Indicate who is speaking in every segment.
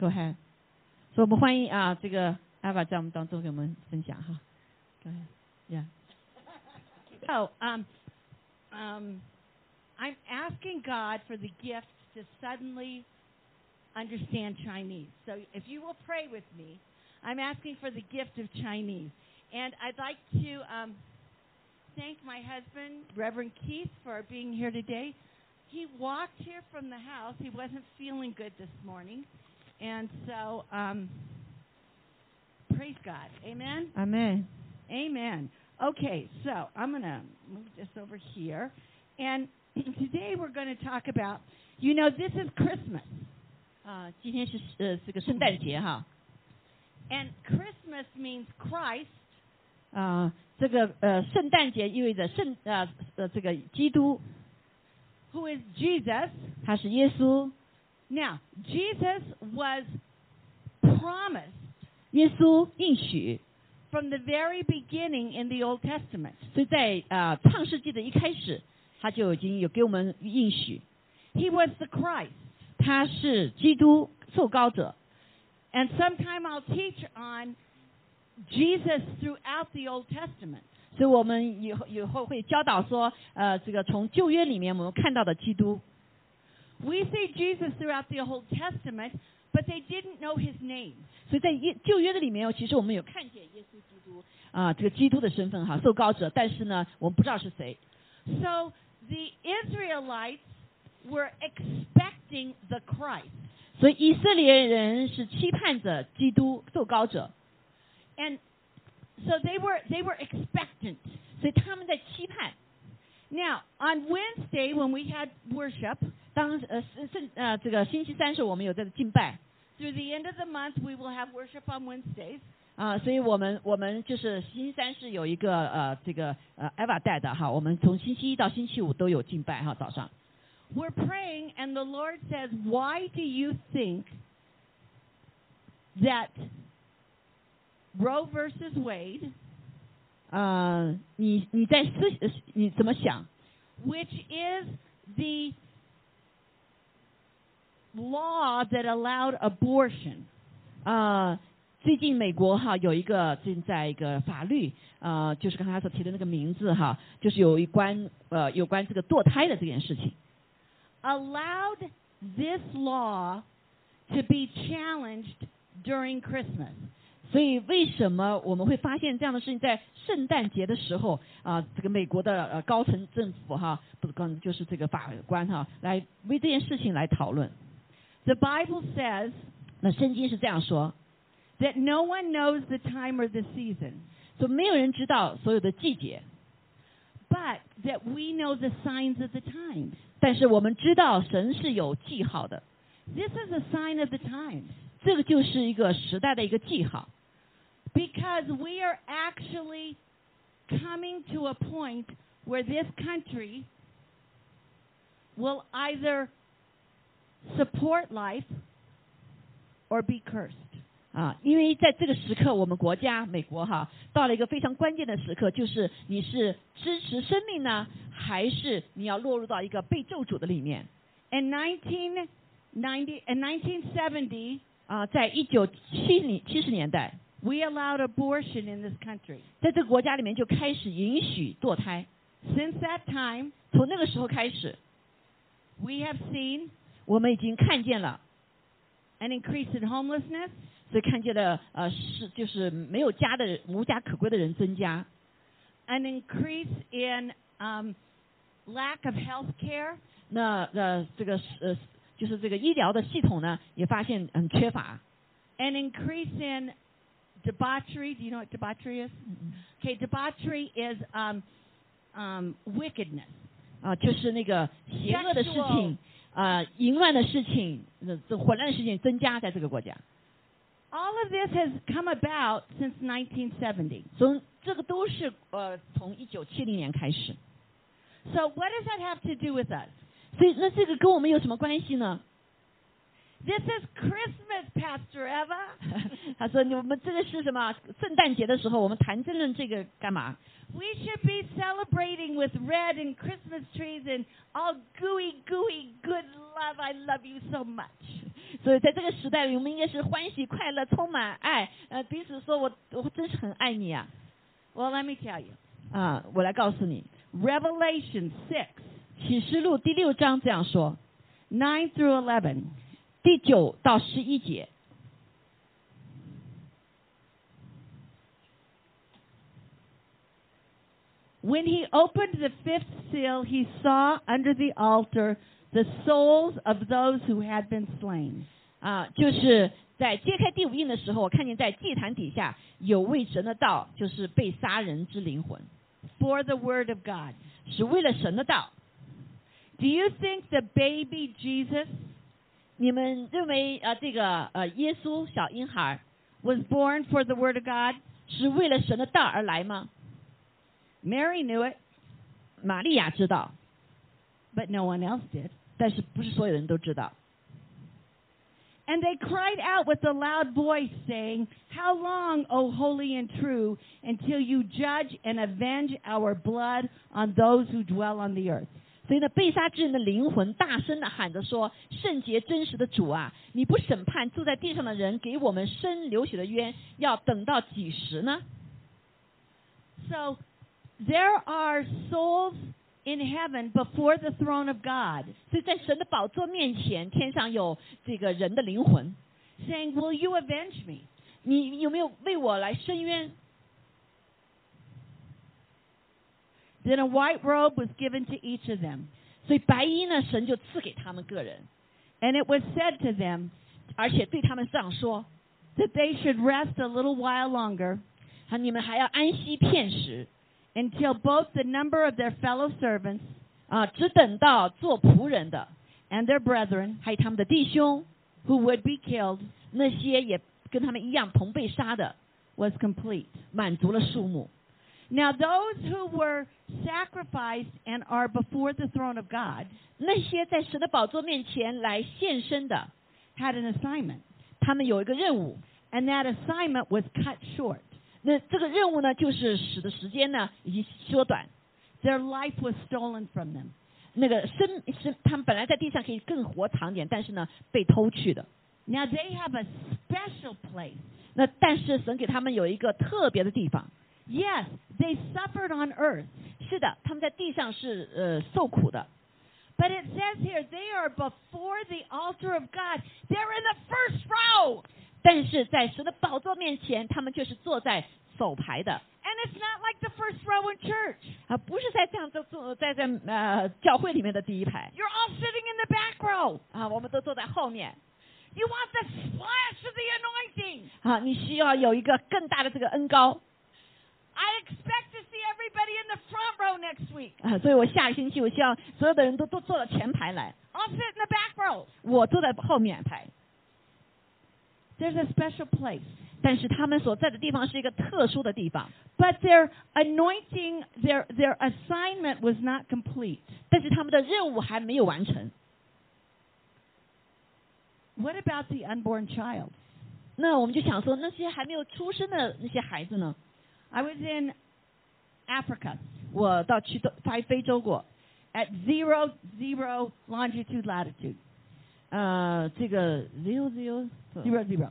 Speaker 1: Go ahead。所以我们欢迎啊，这个 Eva 在我们当中给我们分享哈。Go ahead。Yeah。
Speaker 2: So, um, um, I'm asking God for the gift to suddenly understand Chinese. So, if you will pray with me, I'm asking for the gift of Chinese. And I'd like to um, thank my husband, Reverend Keith, for being here today. He walked here from the house. He wasn't feeling good this morning. And so, um, praise God. Amen.
Speaker 1: 阿妹，
Speaker 2: Amen. Okay, so I'm going to move this over here. And today we're going to talk about, you know, this is Christmas.
Speaker 1: 啊，Uh, 今天是呃这个圣诞节哈，
Speaker 2: And Christmas means Christ,
Speaker 1: 啊，这个呃圣诞节意味着圣啊呃这个基督，
Speaker 2: who is Jesus.
Speaker 1: 他是耶稣，
Speaker 2: Now, Jesus was promised
Speaker 1: 耶稣应许，
Speaker 2: from the very beginning in the Old Testament.
Speaker 1: 所以在啊创世纪的一开始，他就已经有给我们应许，
Speaker 2: He was the Christ.
Speaker 1: 他是基督受膏者。
Speaker 2: And sometime I'll teach on Jesus throughout the Old Testament.
Speaker 1: 所以我们以后以后会教导说，呃，这个从旧约里面我们看到的基督，
Speaker 2: We see Jesus throughout the Old Testament, but they didn't know his name.
Speaker 1: 所以在耶旧约的里面，其实我们有看见耶稣基督啊、这个基督的身份哈，受膏者，但是呢，我们不知道是谁，
Speaker 2: So the Israelites were expecting the Christ.
Speaker 1: 所以以色列人是期盼着基督受膏者，
Speaker 2: And so they were they were expectant.
Speaker 1: 所以他们在期盼。
Speaker 2: Now, on Wednesday when we had worship,
Speaker 1: 当呃圣圣呃这个星期三是我们有在敬拜
Speaker 2: through the end of the month we will have worship on Wednesdays.
Speaker 1: 啊、所以我们我们就是星期三是有一个呃这个呃 Eva 带的哈，我们从星期一到星期五都有敬拜哈早上。
Speaker 2: We're praying and the Lord says, "Why do you think that Roe versus Wade,
Speaker 1: 呃，你你在思呃你怎么想？
Speaker 2: which is the law that allowed abortion,
Speaker 1: 呃，最近美国哈有一个正在一个法律，呃，就是刚才所提的那个名字哈，就是有一关呃有关这个堕胎的这件事情，
Speaker 2: allowed this law to be challenged during Christmas.
Speaker 1: 所以为什么我们会发现这样的事情在圣诞节的时候啊、这个美国的呃高层政府哈，不是刚就是这个法官哈，来为这件事情来讨论。
Speaker 2: The Bible says
Speaker 1: 那圣经是这样说，
Speaker 2: that no one knows the time or the season,
Speaker 1: 说没有人知道所有的季节，
Speaker 2: but that we know the signs of the times.
Speaker 1: 但是我们知道神是有记号的。
Speaker 2: This is a sign of the times
Speaker 1: 这个就是一个时代的一个记号，
Speaker 2: because we are actually coming to a point where this country will either support life or be cursed.
Speaker 1: 啊，因为在这个时刻，我们国家美国哈，到了一个非常关键的时刻，就是你是支持生命呢，还是你要落入到一个被咒诅的里面？
Speaker 2: In 1990 in 1970,
Speaker 1: 啊，在一九七零七十年代，
Speaker 2: we allowed abortion in this country.
Speaker 1: 在这个国家里面就开始允许堕胎，
Speaker 2: Since that time,
Speaker 1: 从那个时候开始，
Speaker 2: we have seen
Speaker 1: 我们已经看见了，
Speaker 2: an increase in homelessness,
Speaker 1: 所以看见了呃是就是没有家的人无家可归的人增加，
Speaker 2: an increase in um, lack of health care,
Speaker 1: 那呃这个是呃就是这个医疗的系统呢也发现很缺乏。
Speaker 2: an increase in debauchery. Do you know what debauchery is?
Speaker 1: 嗯
Speaker 2: Okay, debauchery is um, um, wickedness.
Speaker 1: 啊，就是那个邪恶的事情啊、淫乱的事情、呃这混乱的事情增加在这个国家。
Speaker 2: All of this has come about since 1970.
Speaker 1: 从这个都是呃，从一九七零年开始。
Speaker 2: So, what does that have to do with us?
Speaker 1: 所以，那这个跟我们有什么关系呢？
Speaker 2: This is Christmas, Pastor Eva.
Speaker 1: 他说：“你我们这个是什么？圣诞节的时候，我们谈争论这个干嘛？
Speaker 2: we should be celebrating with red and Christmas trees and all gooey, gooey, good love. I love you so much.
Speaker 1: 所以在这个时代里，我们应该是欢喜快乐，充满爱，呃，彼此说我我真是很爱你啊
Speaker 2: Well, let me tell you.
Speaker 1: 啊！我来告诉你，《
Speaker 2: Revelation 6,
Speaker 1: 启示录》第六章这样说，
Speaker 2: 9 through 11.
Speaker 1: 第九到十一节，
Speaker 2: When he opened the fifth seal, he saw under the altar the souls of those who had been slain.
Speaker 1: 啊，就是在揭开第五印的时候，我看见在祭坛底下有为神的道，就是被杀人之灵魂，
Speaker 2: for the Word of God.
Speaker 1: 是为了神的道。
Speaker 2: Do you think the baby Jesus
Speaker 1: 你们认为啊、呃这个呃，耶稣小婴孩
Speaker 2: was born for the Word of God?
Speaker 1: 是为了神的道而来吗？
Speaker 2: Mary knew it,
Speaker 1: 玛利亚知道，
Speaker 2: but no one else did.
Speaker 1: 但是不是所有人都知道。
Speaker 2: And they cried out with a loud voice, saying, How long, O holy and true, until you judge and avenge our blood on those who dwell on the earth?
Speaker 1: 所以呢，被杀之人的灵魂大声的喊着说：“圣洁真实的主啊，你不审判住在地上的人，给我们伸流血的冤，要等到几时呢
Speaker 2: So there are souls in heaven before the throne of God？”
Speaker 1: 所以在神的宝座面前，天上有这个人的灵魂，
Speaker 2: saying, Will you avenge me?
Speaker 1: 你你有没有为我来伸冤？
Speaker 2: Then a white robe was given to each of them.
Speaker 1: 所以白衣呢，神就赐给他们个人，
Speaker 2: And it was said to them
Speaker 1: 而且对他们上说
Speaker 2: that they should rest a little while longer：“
Speaker 1: 啊，你们还要安息片时
Speaker 2: until both the number of their fellow servants
Speaker 1: 啊，只等到做仆人的，
Speaker 2: and their brethren
Speaker 1: 还有他们的弟兄，
Speaker 2: who would be killed
Speaker 1: 那些也跟他们一样同被杀的，
Speaker 2: was complete.
Speaker 1: 满足了数目。
Speaker 2: Now, those who were sacrificed and are before the throne of God
Speaker 1: 那些在神的宝座面前来献身的，
Speaker 2: had an assignment,
Speaker 1: 他们有一个任务。
Speaker 2: and that assignment was cut short.
Speaker 1: 那这个任务呢，就是使的时间呢以及缩短。
Speaker 2: Their life was stolen from them.
Speaker 1: 那个生生，他们本来在地上可以更活长点，但是呢被偷去的。
Speaker 2: Now, they have a special place.
Speaker 1: 那但是神给他们有一个特别的地方。
Speaker 2: Yes, they suffered on earth.
Speaker 1: 是的，他们在地上是呃受苦的，
Speaker 2: But it says here they are before the altar of God. They're in the first row.
Speaker 1: 但是在神的宝座面前，他们却是坐在首排的。
Speaker 2: And it's not like the first row in church.
Speaker 1: 啊，不是在这样坐坐在在呃教会里面的第一排
Speaker 2: You're all sitting in the back row.
Speaker 1: 啊，我们都坐在后面
Speaker 2: You want the splash of the anointing.
Speaker 1: 啊，你需要有一个更大的这个恩高
Speaker 2: I expect to see everybody in the front row next week.
Speaker 1: 啊，所以我下个星期我希望所有的人都都坐到前排来，
Speaker 2: I'll sit in the back row.
Speaker 1: 我坐在后面排，
Speaker 2: There's a special place.
Speaker 1: 但是他们所在的地方是一个特殊的地方，
Speaker 2: But their anointing, their, their assignment was not complete.
Speaker 1: 但是他们的任务还没有完成。
Speaker 2: What about the unborn child?
Speaker 1: 那我们就想说，那些还没有出生的那些孩子呢？
Speaker 2: I was in Africa.
Speaker 1: 我到去到非非洲过，
Speaker 2: at zero zero longitude latitude.
Speaker 1: 呃，这个 zero zero
Speaker 2: Zero zero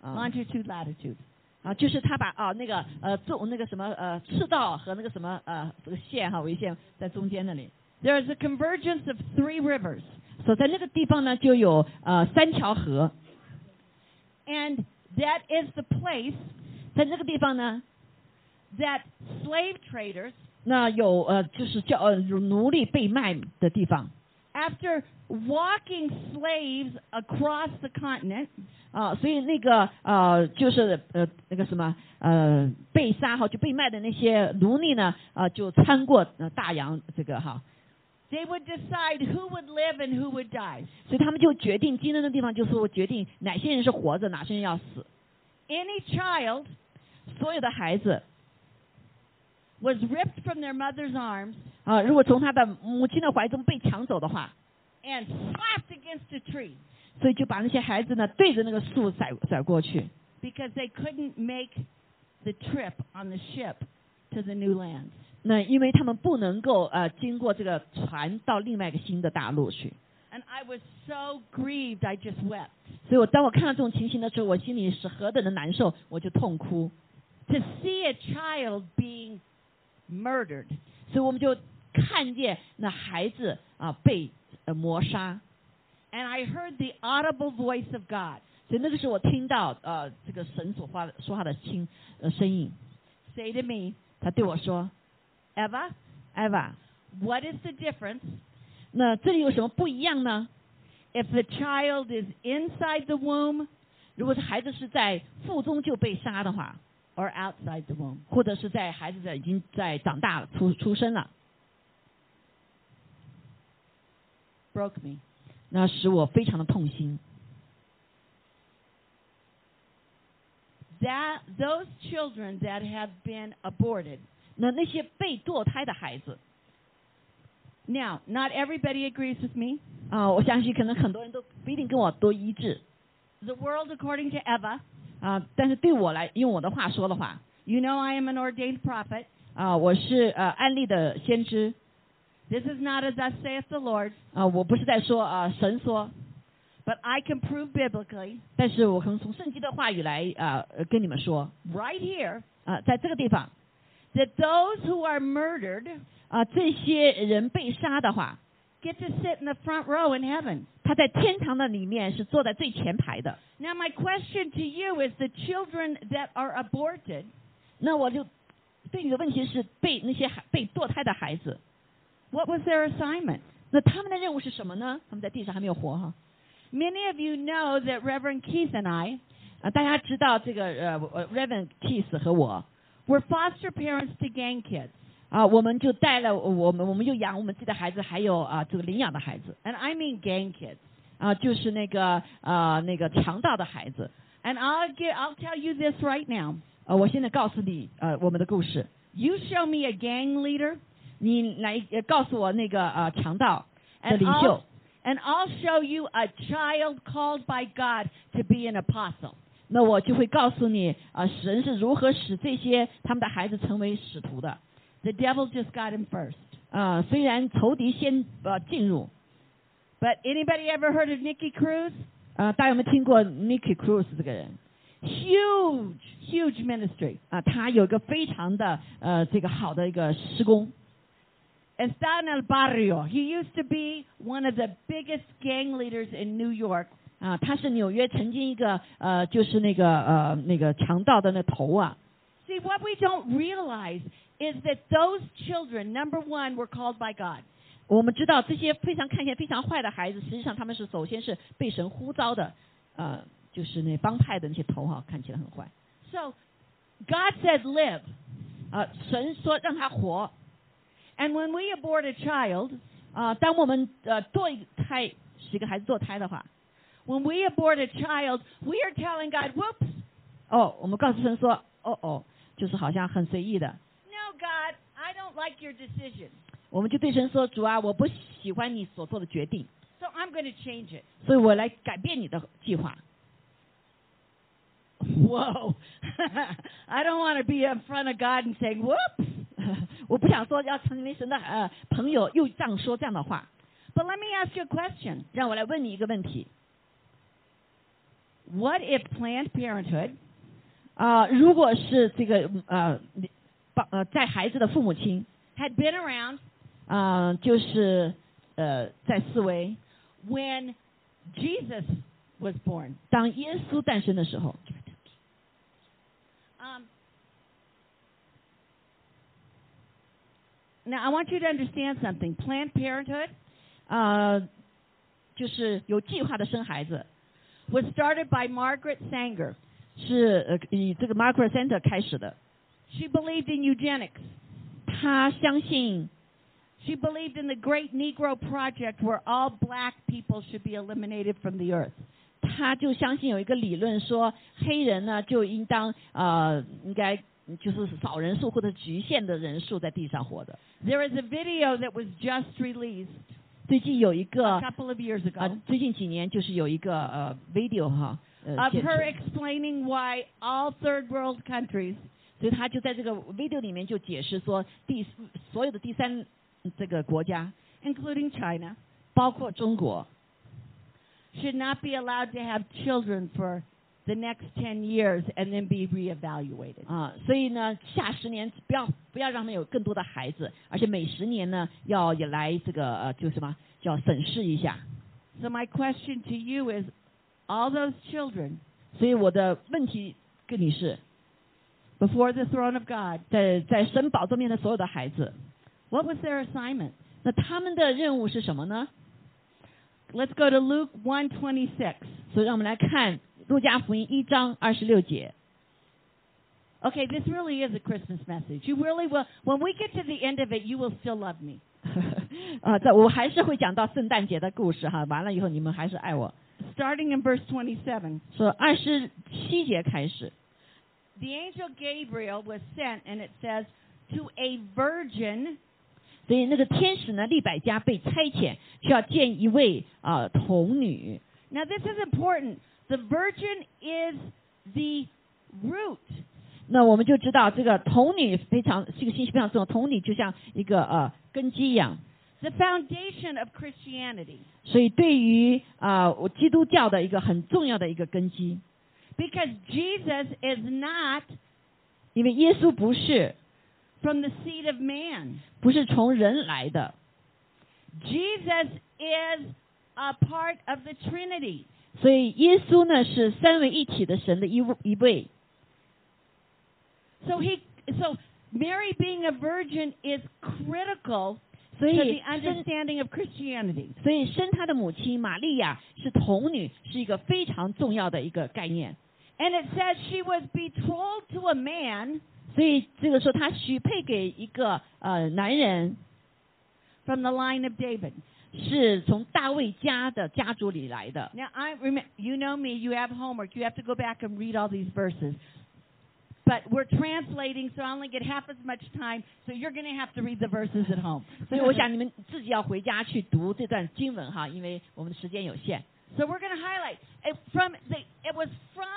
Speaker 1: 啊
Speaker 2: longitude latitude.
Speaker 1: 啊，就是他把啊那个呃纵那个什么呃赤道和那个什么呃这个线哈纬线在中间那里，
Speaker 2: There is a convergence of three rivers,
Speaker 1: 所在那个地方呢就有呃三条河，
Speaker 2: and that is the place
Speaker 1: 在那个地方呢，
Speaker 2: that slave traders,
Speaker 1: 那有呃就是叫呃奴隶被卖的地方
Speaker 2: after walking slaves across the continent,
Speaker 1: 啊，所以那个呃就是呃那个什么呃被杀哈就被卖的那些奴隶呢啊、就穿过、呃、大洋这个哈。
Speaker 2: they would decide who would live and who would die.
Speaker 1: 所以他们就决定，今天的地方就是我决定哪些人是活着，哪些人要死。
Speaker 2: Any child
Speaker 1: 所有的孩子
Speaker 2: was ripped from their mother's arms
Speaker 1: 啊，如果从他的母亲的怀中被抢走的话，
Speaker 2: and slapped against a tree
Speaker 1: 所以就把那些孩子呢对着那个树甩甩过去，
Speaker 2: because they couldn't make the trip on the ship to the new land.
Speaker 1: 那因为他们不能够呃经过这个船到另外一个新的大陆去，
Speaker 2: And I was so grieved, I just wept.
Speaker 1: 所以我当我看到这种情形的时候，我心里是何等的难受，我就痛哭。
Speaker 2: To see a child being murdered,
Speaker 1: 所以我们就看见那孩子啊被呃谋杀，
Speaker 2: and I heard the audible voice of God
Speaker 1: 所以那个时候我听到呃这个神所发的说话的清呃声音，
Speaker 2: say to me,
Speaker 1: 他对我说
Speaker 2: Eva,
Speaker 1: ：“Eva，
Speaker 2: what is the difference
Speaker 1: 那这里有什么不一样呢？
Speaker 2: if the child is inside the womb
Speaker 1: 如果是孩子是在腹中就被杀的话，
Speaker 2: or outside the womb?
Speaker 1: 或者是在孩子在已经在长大了出出生了，
Speaker 2: Broke me.
Speaker 1: 那使我非常的痛心。
Speaker 2: That those children that have been aborted.
Speaker 1: 那那些被堕胎的孩子
Speaker 2: Now, not everybody agrees with me.
Speaker 1: 啊，我相信可能很多人都不一定跟我都一致
Speaker 2: The world, according to Eva,
Speaker 1: 啊，但是对我来用我的话说的话
Speaker 2: you know I am an ordained prophet.
Speaker 1: 啊，我是呃安利的先知
Speaker 2: This is not as thus saith the Lord,
Speaker 1: 啊，我不是在说啊神说，
Speaker 2: but I can prove biblically
Speaker 1: 但是我可能从圣经的话语来啊呃跟你们说
Speaker 2: right here
Speaker 1: 啊，在这个地方
Speaker 2: that those who are murdered
Speaker 1: 啊这些人被杀的话，
Speaker 2: get to sit in the front row in heaven.
Speaker 1: 他在天堂的里面是坐在最前排的。
Speaker 2: Now, my question to you is the children that are aborted,
Speaker 1: 那我就对你的问题是被那些孩被堕胎的孩子，
Speaker 2: what was their assignment?
Speaker 1: 那他们的任务是什么呢？他们在地上还没有活哈。
Speaker 2: Many of you know that Reverend Keith and I
Speaker 1: 啊，大家知道这个呃
Speaker 2: uh,
Speaker 1: 我呃，Reverend Keith 和我
Speaker 2: were foster parents to gang kids.
Speaker 1: 啊，我们就带了我们，我们就养我们自己的孩子，还有啊这个领养的孩子
Speaker 2: And I mean gang kids.
Speaker 1: 啊，就是那个啊那个强盗的孩子
Speaker 2: And I'll, get, I'll tell you this right now.
Speaker 1: 啊。我现在告诉你呃我们的故事，
Speaker 2: You show me a gang leader,
Speaker 1: 你来呃告诉我那个啊强盗的
Speaker 2: and
Speaker 1: 领
Speaker 2: I'll,
Speaker 1: 袖，
Speaker 2: and I'll show you a child called by God to be an apostle.
Speaker 1: 那我就会告诉你啊神是如何使这些他们的孩子成为使徒的。
Speaker 2: The devil just got him first.
Speaker 1: 啊，虽然仇敌先呃进入，
Speaker 2: But anybody ever heard of Nikki Cruz?
Speaker 1: 啊，大家有没有听过 Nikki Cruz 这个人？
Speaker 2: Huge, huge ministry.
Speaker 1: 啊，他有一个非常的呃这个好的一个施工，
Speaker 2: Está en el barrio. He used to be one of the biggest gang leaders in New York.
Speaker 1: 啊，他是纽约曾经一个呃就是那个呃那个强盗的那头啊，
Speaker 2: See, what we don't realize is that those children, number one, were called by God.
Speaker 1: 我们知道这些非常看起来非常坏的孩子，实际上他们是首先是被神呼召的，呃，就是那帮派的那些头哈、看起来很坏，
Speaker 2: So God said, live.
Speaker 1: 啊，神说让他活，
Speaker 2: And when we abort a child,
Speaker 1: 啊，当我们呃堕胎使一个孩子堕胎的话，
Speaker 2: when we abort a child, we are telling God, whoops,
Speaker 1: 哦，我们告诉神说，哦哦，就是好像很随意的，
Speaker 2: no, God, I don't like your decision.
Speaker 1: 我们就对神说，主啊，我不喜欢你所做的决定，
Speaker 2: So I'm going to change it.
Speaker 1: 所以我来改变你的计划。 哦
Speaker 2: Whoa. I don't want to be in front of God and saying, whoops.
Speaker 1: 我不想说要成为神的呃朋友，又这样说这样的话。
Speaker 2: But let me ask you a question.
Speaker 1: 让我来问你一个问题
Speaker 2: What if Planned Parenthood
Speaker 1: 啊、如果是这个呃你帮呃在孩子的父母亲
Speaker 2: had been around
Speaker 1: 啊、就是呃在四维，
Speaker 2: when Jesus was born?
Speaker 1: 当耶稣诞生的时候，
Speaker 2: Um, now, I want you to understand something. Planned Parenthood
Speaker 1: 啊、就是有计划的生孩子，
Speaker 2: was started by Margaret Sanger.
Speaker 1: 是呃以这个 Margaret Center 开始的。
Speaker 2: She believed in eugenics.
Speaker 1: 他相信
Speaker 2: She believed in the Great Negro Project, where all black people should be eliminated from the earth.
Speaker 1: 他就相信有一个理论说，黑人呢就应当呃应该就是少人数或者局限的人数在地上活的。
Speaker 2: There is a video that was just released
Speaker 1: 最近有一个
Speaker 2: a couple of years ago
Speaker 1: 呃，最近几年就是有一个呃 video 哈，呃
Speaker 2: of
Speaker 1: 现
Speaker 2: her
Speaker 1: 出
Speaker 2: explaining why all third world countries
Speaker 1: 所以他就在这个 video 里面就解释说，第所有的第三这个国家，
Speaker 2: including China,
Speaker 1: 包括中国
Speaker 2: should not be allowed to have children for the next 10 years and then be reevaluated.
Speaker 1: 啊，所以呢，下十年不要不要让他们有更多的孩子，而且每十年呢要也来这个呃，就什么叫审视一下。
Speaker 2: So my question to you is all those children
Speaker 1: 所以我的问题跟你是，
Speaker 2: before the throne of God,
Speaker 1: 在在神宝座面的所有的孩子，
Speaker 2: what was their assignment?
Speaker 1: 那他们的任务是什么呢？
Speaker 2: Let's go to Luke 126.
Speaker 1: 所以让我们来看《路加福音》一章二十六节。
Speaker 2: Okay, this really is a Christmas message. You really will when we get to the end of it, you will still love me.
Speaker 1: 啊，在我还是会讲到圣诞节的故事哈。完了以后，你们还是爱我。
Speaker 2: Starting in verse 27.
Speaker 1: 说二十七节开始，
Speaker 2: The angel Gabriel was sent and it says to a virgin
Speaker 1: 所以那个天使呢，利百加被差遣，需要见一位啊、童女。
Speaker 2: Now, this is important. The virgin is the root.
Speaker 1: 那我们就知道这个童女非常这个信息非常重要，童女就像一个呃根基一样。
Speaker 2: The foundation of Christianity.
Speaker 1: 所以对于啊、我基督教的一个很重要的一个根基，
Speaker 2: Because Jesus is not
Speaker 1: 因为耶稣不是
Speaker 2: from the seed of man.
Speaker 1: 不是从人来的，
Speaker 2: Jesus is a part of the Trinity.
Speaker 1: 所以耶稣呢是三位一体的神的一位一位。
Speaker 2: So he so Mary being a virgin is critical
Speaker 1: 所
Speaker 2: to
Speaker 1: 以
Speaker 2: the understanding of Christianity.
Speaker 1: 所以生他的母亲玛利亚是童女，是一个非常重要的一个概念。
Speaker 2: And it says she was betrothed to a man
Speaker 1: 所以这个时候她许配给一个呃男人，
Speaker 2: from the line of David.
Speaker 1: 是从大卫家的家族里来的。
Speaker 2: Now I remember, you know me. You have homework. You have to go back and read all these verses. But we're translating, so I only get half as much time. So you're going to have to read the verses at home.
Speaker 1: 所以我想你们自己要回家去读这段经文哈，因为我们的时间有限。
Speaker 2: so we're going to highlight it from the. It was from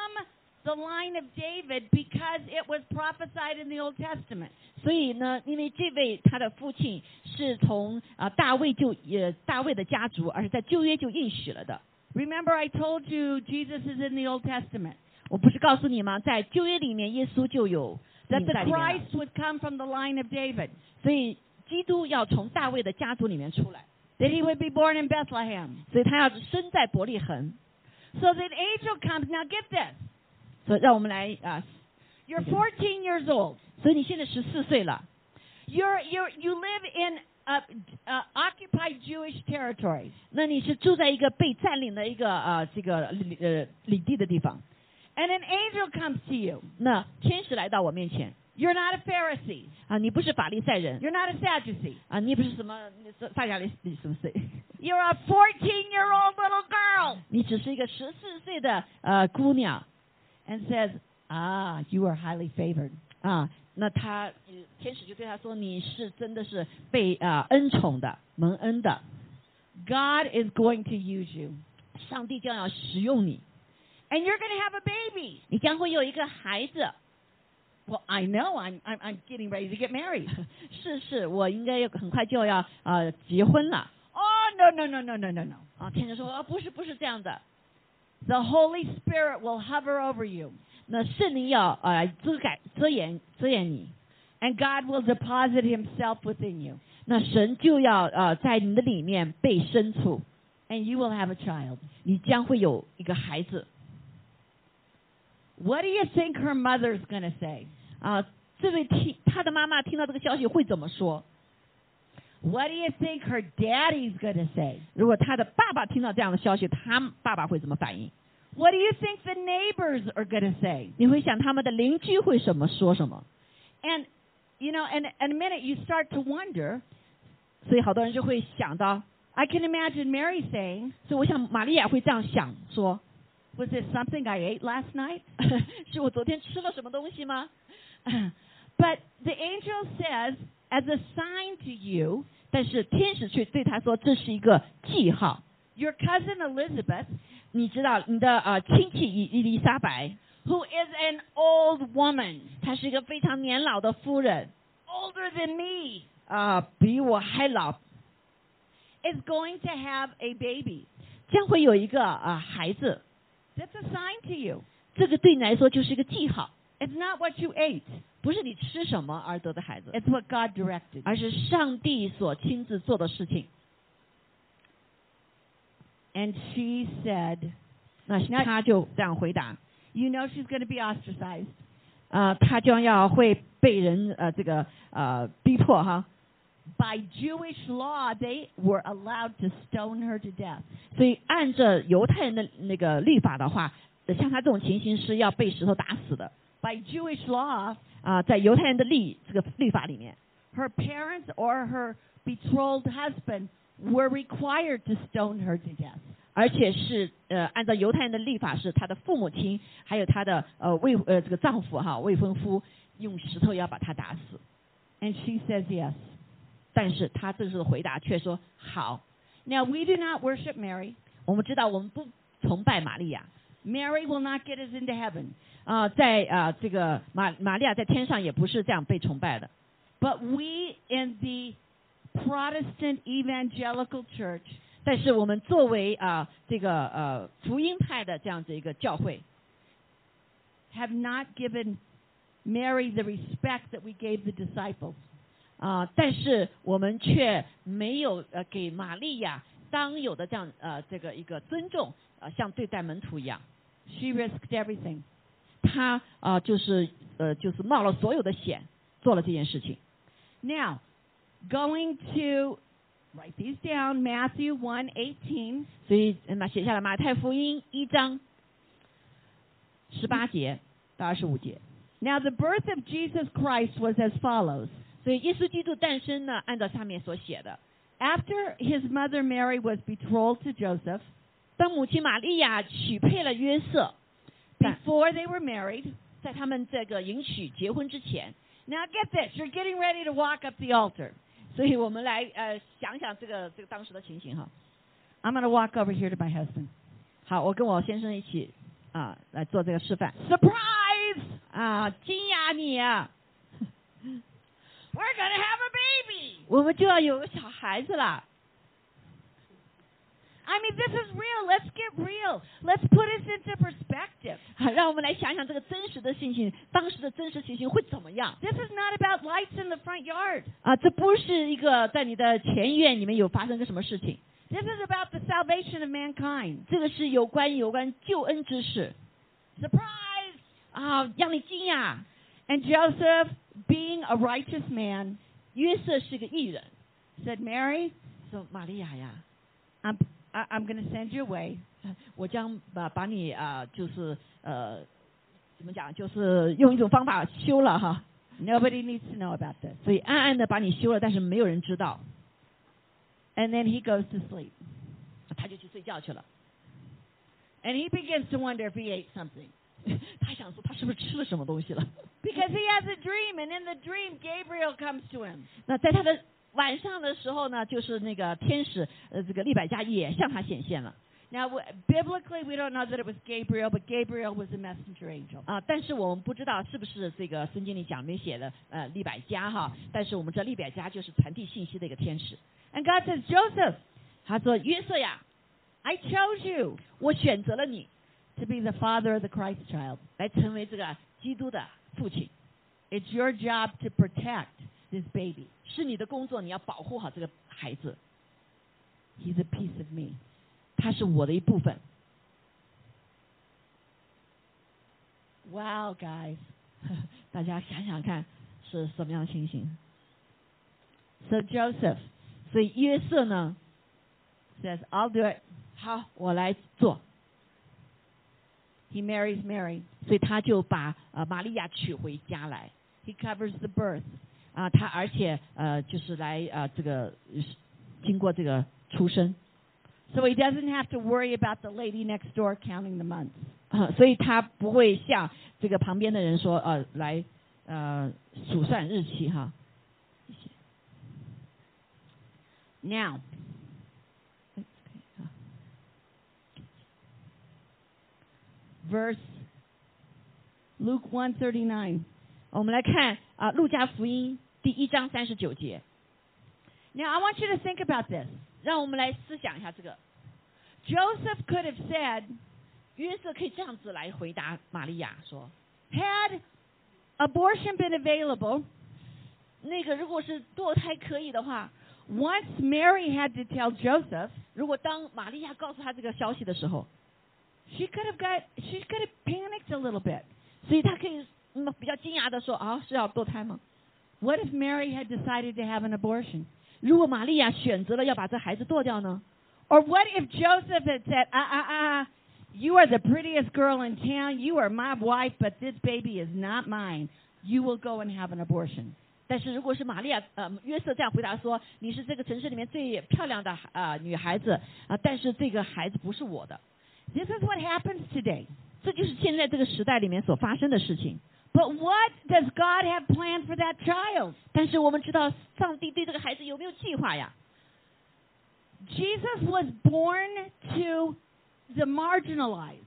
Speaker 2: the line of David because it was prophesied in the Old Testament.
Speaker 1: 所以呢，因为这位他的父亲是从啊、大卫就也大卫的家族，而是在旧约就应许了的。
Speaker 2: Remember, I told you Jesus is in the Old Testament.
Speaker 1: 我不是告诉你吗？在旧约里面，耶稣就有
Speaker 2: That
Speaker 1: 已经在
Speaker 2: the
Speaker 1: 里面了
Speaker 2: Christ would come from the line of David.
Speaker 1: 所以基督要从大卫的家族里面出来，
Speaker 2: That he would be born in Bethlehem.
Speaker 1: 所以他要生在伯利恒。
Speaker 2: So that angel comes. Now get this.
Speaker 1: 所以让我们来啊、
Speaker 2: You're
Speaker 1: Okay.
Speaker 2: 14 years old.
Speaker 1: 所以你现在十四岁了，
Speaker 2: You're you're you live in uh, uh, occupied Jewish territory,
Speaker 1: 那你是住在一个被占领的一个呃这个呃领地的地方。
Speaker 2: and an angel comes to you.
Speaker 1: 那天使来到我面前
Speaker 2: You're not a Pharisee.
Speaker 1: 啊，你不是法利赛人
Speaker 2: You're not a Sadducee.
Speaker 1: 啊，你也不是什么你是撒亚利你什么谁？
Speaker 2: You're a 14-year-old little girl,
Speaker 1: 你只是一个十四岁的呃姑娘
Speaker 2: and says, "Ah, you are highly favored."
Speaker 1: 啊。那他呃天使就对他说：“你是真的是被啊、恩宠的，蒙恩的，
Speaker 2: God is going to use you,
Speaker 1: 上帝将要使用你。”
Speaker 2: and you're going to have a baby.
Speaker 1: 你将会有一个孩子。
Speaker 2: Well, I know. I'm I'm, I'm getting ready to get married.
Speaker 1: 是是，我应该很快就要呃结婚了。
Speaker 2: oh no no no no no no no.
Speaker 1: 啊，天使说啊，不是不是这样的，
Speaker 2: The Holy Spirit will hover over you,
Speaker 1: 那圣灵要呃遮盖遮掩遮掩你，
Speaker 2: and God will deposit Himself within you,
Speaker 1: 那神就要呃在你的里面被深处，
Speaker 2: and you will have a child.
Speaker 1: 你将会有一个孩子
Speaker 2: What do you think her mother's going to say?
Speaker 1: 啊。这位听他的妈妈听到这个消息会怎么说？
Speaker 2: What do you think her daddy's going to say?
Speaker 1: 如果他的爸爸听到这样的消息，他爸爸会怎么反应？
Speaker 2: What do you think the neighbors are going to say?
Speaker 1: 你会想他们的邻居会什么说什么？
Speaker 2: And you know, and and a minute you start to wonder.
Speaker 1: 所以好多人就会想到，
Speaker 2: I can imagine Mary saying,
Speaker 1: 所以我想玛利亚会这样想说：
Speaker 2: "Was this something I ate last night?"
Speaker 1: 是我昨天吃了什么东西吗？
Speaker 2: but the angel says, "As a sign to you,
Speaker 1: 但是天使却对他说这是一个记号。
Speaker 2: your cousin Elizabeth,
Speaker 1: 你知道你的呃亲戚伊伊丽莎白，
Speaker 2: who is an old woman,
Speaker 1: 她是一个非常年老的夫人
Speaker 2: older than me,
Speaker 1: 啊、比我还老，
Speaker 2: is going to have a baby."
Speaker 1: 将会有一个啊孩子，
Speaker 2: That's a sign to you.
Speaker 1: 这个对你来说就是一个记号，
Speaker 2: It's not what you ate.
Speaker 1: 不是你吃什么而得的孩子，
Speaker 2: It's what God directed.
Speaker 1: 而是上帝所亲自做的事情。
Speaker 2: And she said,
Speaker 1: 那
Speaker 2: 那
Speaker 1: 他就这样回答
Speaker 2: You know she's going to be ostracized.
Speaker 1: 啊、他将要会被人呃这个呃逼迫哈，
Speaker 2: By Jewish law, they were allowed to stone her to death.
Speaker 1: 所以按着犹太人的那个律法的话，像他这种情形是要被石头打死的
Speaker 2: By Jewish law,
Speaker 1: 啊、在犹太人的律这个律法里面，
Speaker 2: her parents or her betrothed husband were required to stone her to death.
Speaker 1: 而且是呃按照犹太人的律法是他的父母亲还有他的呃未呃这个丈夫哈未婚夫用石头要把他打死，
Speaker 2: And she says yes.
Speaker 1: 但是他这时候回答却说好，
Speaker 2: Now, we do not worship Mary.
Speaker 1: 我们知道我们不崇拜玛利亚。
Speaker 2: Mary will not get us into heaven. Uh,
Speaker 1: 啊、在啊、这个玛玛利亚在天上也不是这样被崇拜的，
Speaker 2: But we in the Protestant evangelical church uh,
Speaker 1: 但是我们作为啊、这个呃福音派的这样子一个教会，
Speaker 2: have not given Mary the respect that we gave the disciples.
Speaker 1: 啊、但是我们却没有呃给玛利亚当有的这样呃这个一个尊重，呃像对待门徒一样，
Speaker 2: She risked everything.
Speaker 1: 她啊、就是呃就是冒了所有的险做了这件事情。
Speaker 2: Now, going to write these down, Matthew 1:18.
Speaker 1: 所以嗯那写下了马太福音一章十八节到二十五节。
Speaker 2: Now, the birth of Jesus Christ was as follows.
Speaker 1: 所以耶稣基督诞生呢，按照下面所写的，
Speaker 2: After his mother Mary was betrothed to Joseph,
Speaker 1: 当母亲玛利亚许配了约瑟，在
Speaker 2: before they were married,
Speaker 1: 在他们这个迎娶结婚之前，
Speaker 2: now get this, you're getting ready to walk up the altar.
Speaker 1: 所以我们来呃想想这个这个当时的情形哈。
Speaker 2: I'm going to walk over here to my husband.
Speaker 1: 好，我跟我先生一起啊来做这个示范
Speaker 2: Surprise!
Speaker 1: 啊，惊讶你啊，
Speaker 2: We're going to have a baby.
Speaker 1: 我们就要有个小孩子啦。
Speaker 2: I mean, this is real. Let's get real. Let's put this into perspective.
Speaker 1: 啊让我们来想想这个真实的情形，当时的真实情形会怎么样
Speaker 2: This is not about lights in the front yard.
Speaker 1: 啊？这不是一个在你的前院里面有发生个什么事情，
Speaker 2: This is about the salvation of mankind.
Speaker 1: 这个是有关有关救恩之事
Speaker 2: Surprise!
Speaker 1: 啊，让你惊讶。
Speaker 2: And Joseph, being a righteous man,
Speaker 1: 约瑟是个艺人，
Speaker 2: said, Mary,
Speaker 1: 说玛利亚呀，
Speaker 2: I'm, I- I'm going to send you away.
Speaker 1: 我将把把你啊、就是呃，怎么讲，就是用一种方法休了哈，
Speaker 2: Nobody needs to know about this.
Speaker 1: 所以暗暗的把你休了，但是没有人知道，
Speaker 2: And then he goes to sleep.
Speaker 1: 他就去睡觉去了。
Speaker 2: And he begins to wonder if he ate something.
Speaker 1: 他想说他是不是吃了什么东西了？
Speaker 2: Because he has a dream, and in the dream, Gabriel comes to him.
Speaker 1: 那在他的晚上的时候呢，就是那个天使呃，这个利百加也向他显现了
Speaker 2: Now, w- biblically, we don't know that it was Gabriel, but Gabriel was a messenger angel.
Speaker 1: 啊、但是我们不知道是不是这个孙经理讲没写的呃利百加哈，但是我们知道利百加就是传递信息的一个天使。
Speaker 2: And God says, Joseph,
Speaker 1: 他说约瑟呀，
Speaker 2: I chose you
Speaker 1: 我选择了你
Speaker 2: to be the father of the Christ child.
Speaker 1: 来成为这个基督的父亲，
Speaker 2: It's your job to protect this baby.
Speaker 1: 是你的工作，你要保护好这个孩子，
Speaker 2: He's a piece of me.
Speaker 1: 他是我的一部分。
Speaker 2: Wow, guys.
Speaker 1: 大家想想看是什么样的情形。
Speaker 2: So Joseph
Speaker 1: 所以约瑟呢，
Speaker 2: says, I'll do it.
Speaker 1: 好，我来做，
Speaker 2: He marries Mary.
Speaker 1: 所以他就把呃玛利亚娶回家来
Speaker 2: He covers the birth.
Speaker 1: 啊、他而且呃就是来呃这个呃经过这个出生。
Speaker 2: So he doesn't have to worry about the lady next door counting the months.
Speaker 1: 啊，所以他不会像这个旁边的人说，呃，来呃数算日期哈。
Speaker 2: Now, verse Luke 139.
Speaker 1: 我们来看啊，路加福音》第一章三十九节，
Speaker 2: Now, I want you to think about this.
Speaker 1: 让我们来思想一下这个。
Speaker 2: Joseph could have said,
Speaker 1: 约瑟可以这样子来回答玛利亚说：
Speaker 2: had abortion been available,
Speaker 1: 那个如果是堕胎可以的话，
Speaker 2: once Mary had to tell Joseph,
Speaker 1: 如果当玛利亚告诉他这个消息的时候，
Speaker 2: she could have got she could have panicked a little bit.
Speaker 1: 所以他可以嗯比较惊讶的说啊是要堕胎吗？
Speaker 2: What if Mary had decided to have an abortion?
Speaker 1: 如果玛利亚选择了要把这孩子剁掉呢？
Speaker 2: Or what if Joseph had said,
Speaker 1: "Ah,
Speaker 2: "Uh uh uh, you are the prettiest girl in town. You are my wife, but this baby is not mine. You will go and have an abortion."
Speaker 1: 但是如果是玛利亚呃约瑟这样回答说你是这个城市里面最漂亮的呃女孩子啊、但是这个孩子不是我的，
Speaker 2: This is what happens today.
Speaker 1: 这就是现在这个时代里面所发生的事情。
Speaker 2: But what does God have planned for that child?
Speaker 1: 但是我们知道上帝对这个孩子有没有计划呀？
Speaker 2: Jesus was born to the marginalized.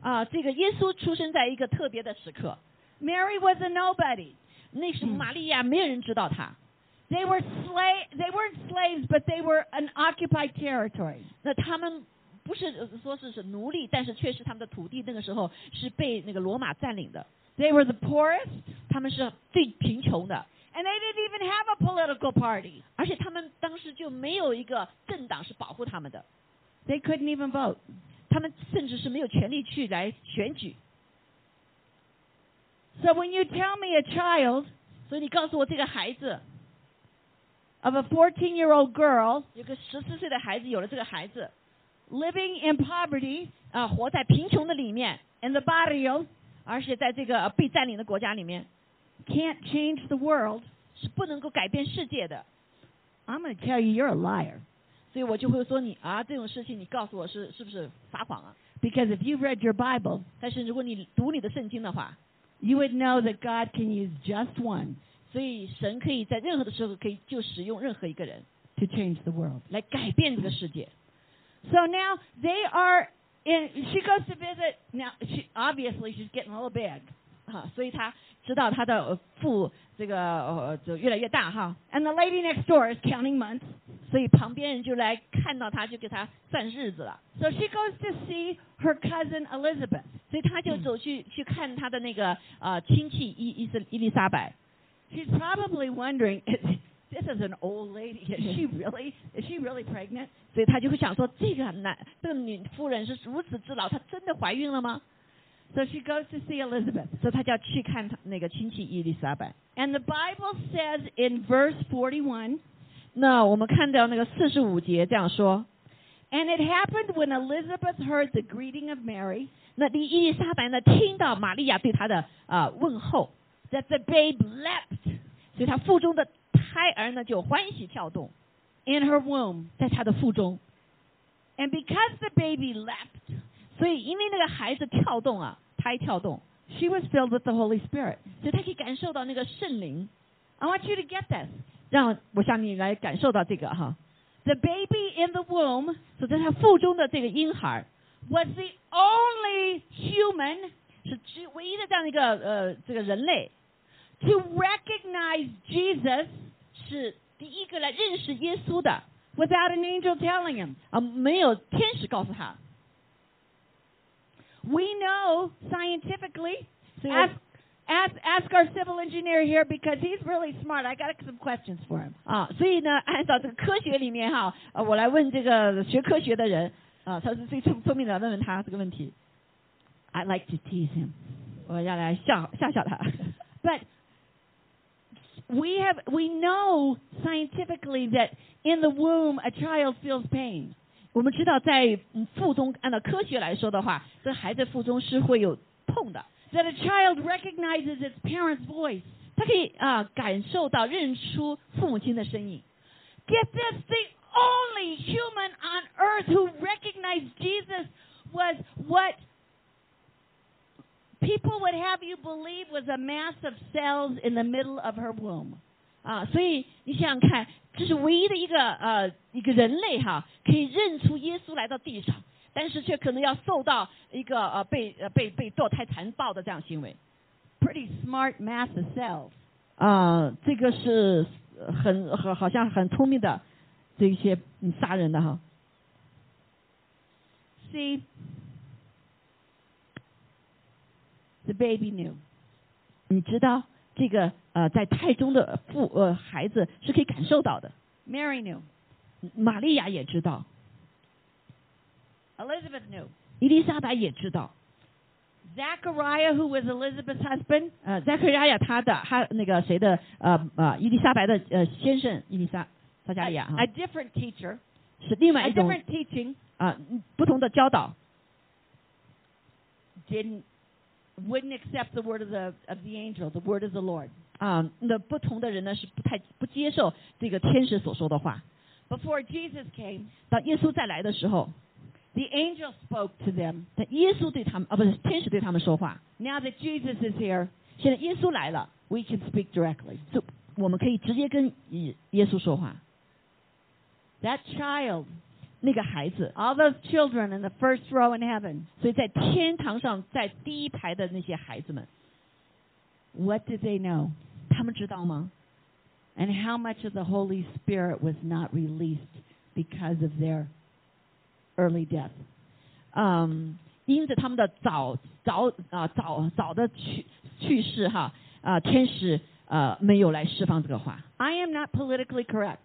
Speaker 1: 啊、这个耶稣出生在一个特别的时刻，
Speaker 2: Mary was a nobody.
Speaker 1: 那时候玛利亚没有人知道他，
Speaker 2: They were sla- they weren't slaves, but they were an occupied territory.
Speaker 1: 那他们不是呃说是是奴隶，但是却是他们的土地，那个时候是被那个罗马占领的，
Speaker 2: They were the poorest,
Speaker 1: 他们是最贫穷的，
Speaker 2: and they didn't even have a political party.
Speaker 1: 而且他们当时就没有一个政党是保护他们的，
Speaker 2: They couldn't even vote.
Speaker 1: 他们甚至是没有权利去来选举。
Speaker 2: So when you tell me a child
Speaker 1: 所以你告诉我，这个孩子
Speaker 2: of a 14-year-old girl
Speaker 1: 有个十四岁的孩子有了这个孩子
Speaker 2: living in poverty
Speaker 1: 啊、活在贫穷的里面，
Speaker 2: in the barrio
Speaker 1: 而且在这个呃被占领的国家里面
Speaker 2: can't change the world,
Speaker 1: 是不能够改变世界的。
Speaker 2: I'm going to tell you you're a liar.
Speaker 1: 所以我就会说你啊，这种事情你告诉我是是不是撒谎啊？
Speaker 2: Because if you've read your Bible,
Speaker 1: 但是如果你读你的圣经的话，
Speaker 2: you would know that God can use just one
Speaker 1: 所以神可以在任何的时候可以就使用任何一个人
Speaker 2: to change the world.
Speaker 1: 来改变这个世界。
Speaker 2: So now they are in. She goes to visit. Now she obviously she's getting a little big,
Speaker 1: 啊，所以他知道他的呃父这个呃就越来越大哈，
Speaker 2: and the lady next door is counting months.
Speaker 1: 所以旁边人就来看到他，就给他算日子了。
Speaker 2: So she goes to see her cousin Elizabeth,
Speaker 1: 所以他就
Speaker 2: 嗯
Speaker 1: 走去、去看他的那个呃亲戚伊伊斯伊丽莎白，
Speaker 2: She's probably wondering, is, this is an old lady. Is she really? Is she really pregnant?
Speaker 1: 所以他就会想说，这个男这个女夫人是如此之老，她真的怀孕了吗？
Speaker 2: So she goes to see Elizabeth,
Speaker 1: 所以他就要去看他那个亲戚伊丽莎白。
Speaker 2: and the Bible says in verse 41,
Speaker 1: 那我们看到那个四十五节这样说，
Speaker 2: and it happened when Elizabeth heard the greeting of Mary
Speaker 1: 那伊伊丽莎白呢听到玛利亚对她的呃问候，
Speaker 2: that the babe leapt
Speaker 1: 所以她腹中的胎儿呢就欢喜跳动，
Speaker 2: in her womb,
Speaker 1: 在她的腹中。
Speaker 2: and because the baby leapt,
Speaker 1: 所以因为那个孩子跳动啊，胎跳动，
Speaker 2: she was filled with the Holy Spirit.
Speaker 1: 所以她可以感受到那个圣灵。
Speaker 2: I want you to get this.
Speaker 1: 让我向你来感受到这个哈，
Speaker 2: The baby in the womb
Speaker 1: 所以在她腹中的这个婴孩儿
Speaker 2: was the only human
Speaker 1: 是只唯一的这样的一个呃这个人类
Speaker 2: to recognize Jesus
Speaker 1: 是第一个来认识耶稣的
Speaker 2: without an angel telling him.
Speaker 1: 啊，没有天使告诉他，
Speaker 2: We know scientifically.
Speaker 1: 所以我
Speaker 2: Ask, ask, ask our civil engineer here because he's really smart. I got some questions for him.
Speaker 1: 啊，所以呢， 按照这个科学里面哈，呃，我来问这个学科学的人啊，他是最聪聪明的，问问他这个问题，
Speaker 2: I like to tease him.
Speaker 1: 我要来笑笑笑他。
Speaker 2: But we have we know scientifically that in the womb a child feels pain.
Speaker 1: 我们知道在嗯腹中，按照科学来说的话，这孩子腹中是会有痛的，
Speaker 2: That a child recognizes its parents' voice.
Speaker 1: 他可以啊感受到认出父母亲的声音。
Speaker 2: Get this, the only human on earth who recognized Jesus was what people would have you believe was a mass of cells in the middle of her womb.
Speaker 1: 啊，所以你想想看，这是唯一的一个呃一个人类哈，可以认出耶稣来到地上，但是却可能要受到一个呃被呃被被堕胎残暴的这样行为。
Speaker 2: Pretty smart mass of cells.
Speaker 1: 啊，这个是呃很很好像很聪明的这一些嗯杀人的哈。
Speaker 2: see, the baby knew.
Speaker 1: 你知道这个呃，在胎中的父呃孩子是可以感受到的。
Speaker 2: Mary knew.
Speaker 1: 玛利亚也知道，
Speaker 2: Elizabeth knew.
Speaker 1: 伊丽莎白也知道。
Speaker 2: Zachariah, who was Elizabeth's husband,
Speaker 1: 呃，扎克利亚他的他那个谁的呃呃伊丽莎白的呃先生伊丽莎撒加利亚
Speaker 2: a,
Speaker 1: 哈
Speaker 2: a，different teacher,
Speaker 1: 是另外
Speaker 2: a
Speaker 1: 一种
Speaker 2: different teaching,
Speaker 1: 啊、不同的教导，
Speaker 2: didn't wouldn't accept the word of the of the angel, the word of the Lord.
Speaker 1: 啊、那不同的人呢是不太不接受这个天使所说的话。
Speaker 2: Before Jesus came,
Speaker 1: 当耶稣再来的时候，
Speaker 2: the angel spoke to them.
Speaker 1: 但耶稣对他们啊不是天使对他们说话。
Speaker 2: Now that Jesus is here,
Speaker 1: 现在耶稣来了，
Speaker 2: we can speak directly.
Speaker 1: 就我们可以直接跟耶耶稣说话。
Speaker 2: That child,
Speaker 1: 那个孩子，
Speaker 2: all those children in the first row in heaven,
Speaker 1: 所以在天堂上在第一排的那些孩子们，
Speaker 2: what did they know?
Speaker 1: 他们知道吗？
Speaker 2: And how much of the Holy Spirit was not released because of their early death?
Speaker 1: 嗯，因着他们的早早啊早早的去去世哈啊，天使呃没有来释放这个话。
Speaker 2: I am not politically correct.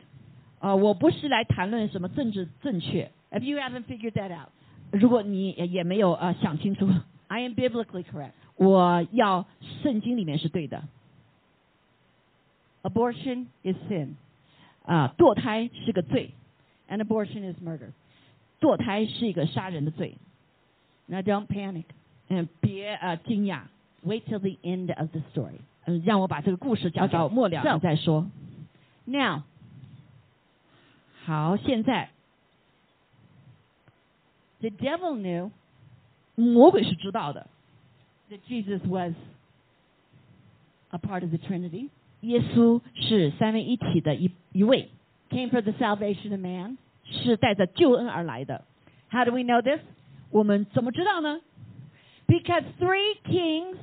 Speaker 1: 呃，我不是来谈论什么政治正确，
Speaker 2: If you haven't figured that out,
Speaker 1: 如果你也也没有呃想清楚，
Speaker 2: I am biblically correct.
Speaker 1: 我要圣经里面是对的
Speaker 2: Abortion is sin,
Speaker 1: 啊、堕胎是个罪，
Speaker 2: and abortion is murder.
Speaker 1: 堕胎是一个杀人的罪。
Speaker 2: Now don't panic.
Speaker 1: 嗯，别呃惊讶，
Speaker 2: Wait till the end of the story.
Speaker 1: 嗯，让我把这个故事讲到
Speaker 2: Okay.
Speaker 1: 末了
Speaker 2: So-
Speaker 1: 你再说。
Speaker 2: Now,
Speaker 1: 好，现在
Speaker 2: the devil knew
Speaker 1: 魔鬼是知道的，
Speaker 2: that Jesus was a part of the Trinity,
Speaker 1: 耶稣是三位一体的一一位，
Speaker 2: came for the salvation of man.
Speaker 1: 是带着救恩而来的。
Speaker 2: How do we know this?
Speaker 1: 我们怎么知道呢？
Speaker 2: Because three kings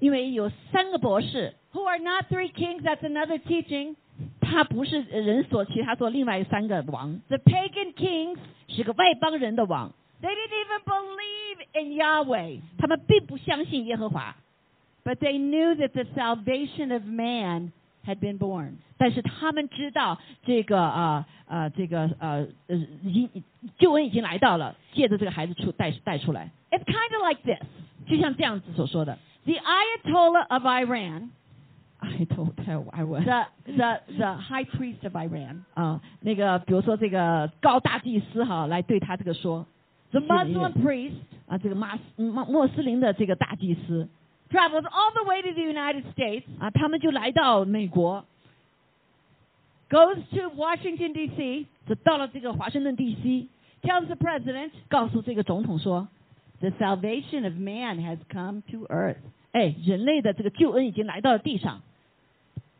Speaker 1: 因为有三个博士，
Speaker 2: who are not three kings, that's another teaching.
Speaker 1: 他不是人所骑，他做另外三个王，
Speaker 2: The pagan kings,
Speaker 1: 是个外邦人的王，
Speaker 2: they didn't even believe in Yahweh,
Speaker 1: 他们并不相信耶和华，
Speaker 2: but they knew that the salvation of man had been born.
Speaker 1: 但是他们知道这个啊啊、呃这个呃呃已经救恩已经来到了，借着这个孩子出带带出来，
Speaker 2: It's kind of like this.
Speaker 1: 就像这样子所说的。
Speaker 2: The Ayatollah of Iran,
Speaker 1: I don't know, I would.
Speaker 2: the, the, the high priest of Iran,
Speaker 1: 啊，那个比如说这个高大祭司哈，来对他这个说
Speaker 2: the
Speaker 1: 是的
Speaker 2: Muslim priest,
Speaker 1: 啊，这个马斯穆穆斯林的这个大祭司
Speaker 2: traveled all the way to the United States,
Speaker 1: 啊，他们就来到美国，
Speaker 2: goes to Washington, D.C.,
Speaker 1: 就到了这个华盛顿 D.C.，
Speaker 2: tells the president,
Speaker 1: 告诉这个总统说，
Speaker 2: the salvation of man has come to earth
Speaker 1: 哎，人类的这个救恩已经来到了地上。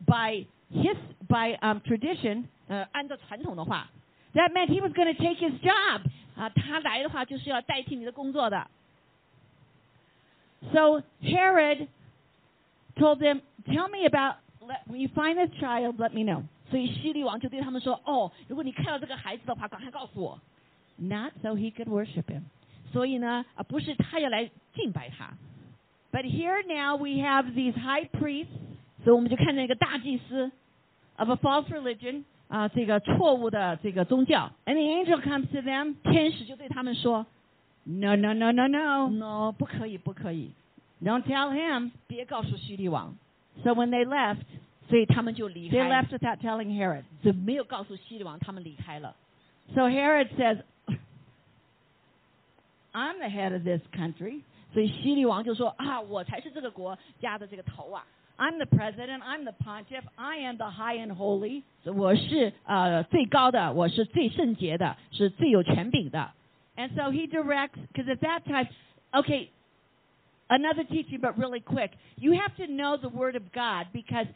Speaker 2: by his by um, tradition
Speaker 1: 呃，按照传统的话
Speaker 2: that meant he was going to take his job
Speaker 1: 啊，他来的话就是要代替你的工作的。
Speaker 2: so herod told them tell me about let, when you find this child let me know
Speaker 1: 所以希律王就对他们说：“哦，如果你看到这个孩子的话，赶快告诉我。
Speaker 2: not so he could worship him ”
Speaker 1: 所以呢，啊，不是他要来敬拜他，
Speaker 2: but here now we have these high priests
Speaker 1: 所以我们就看见一个大祭司
Speaker 2: of a false religion
Speaker 1: 啊，这个错误的这个宗教，
Speaker 2: and the angel comes to them
Speaker 1: 天使就对他们说
Speaker 2: no no no no no
Speaker 1: ：“No，不可以，不可以，
Speaker 2: don't tell him
Speaker 1: 别告诉希律王。
Speaker 2: so when they left ”
Speaker 1: 所以他们就离
Speaker 2: they
Speaker 1: 开，
Speaker 2: left without telling herod
Speaker 1: 所以没有告诉希律王，他们离开了。
Speaker 2: So Herod says, I'm the head of this country.
Speaker 1: 所以希律王就说：“啊，我才是这个国家的这个头啊，
Speaker 2: I'm the president. I'm the pontiff. I am the high and holy.
Speaker 1: 我是呃最高的，我是最圣洁的，是最有权柄的。
Speaker 2: And so he directs, because at that time, okay, another teaching, but really quick. You have to know the word of God because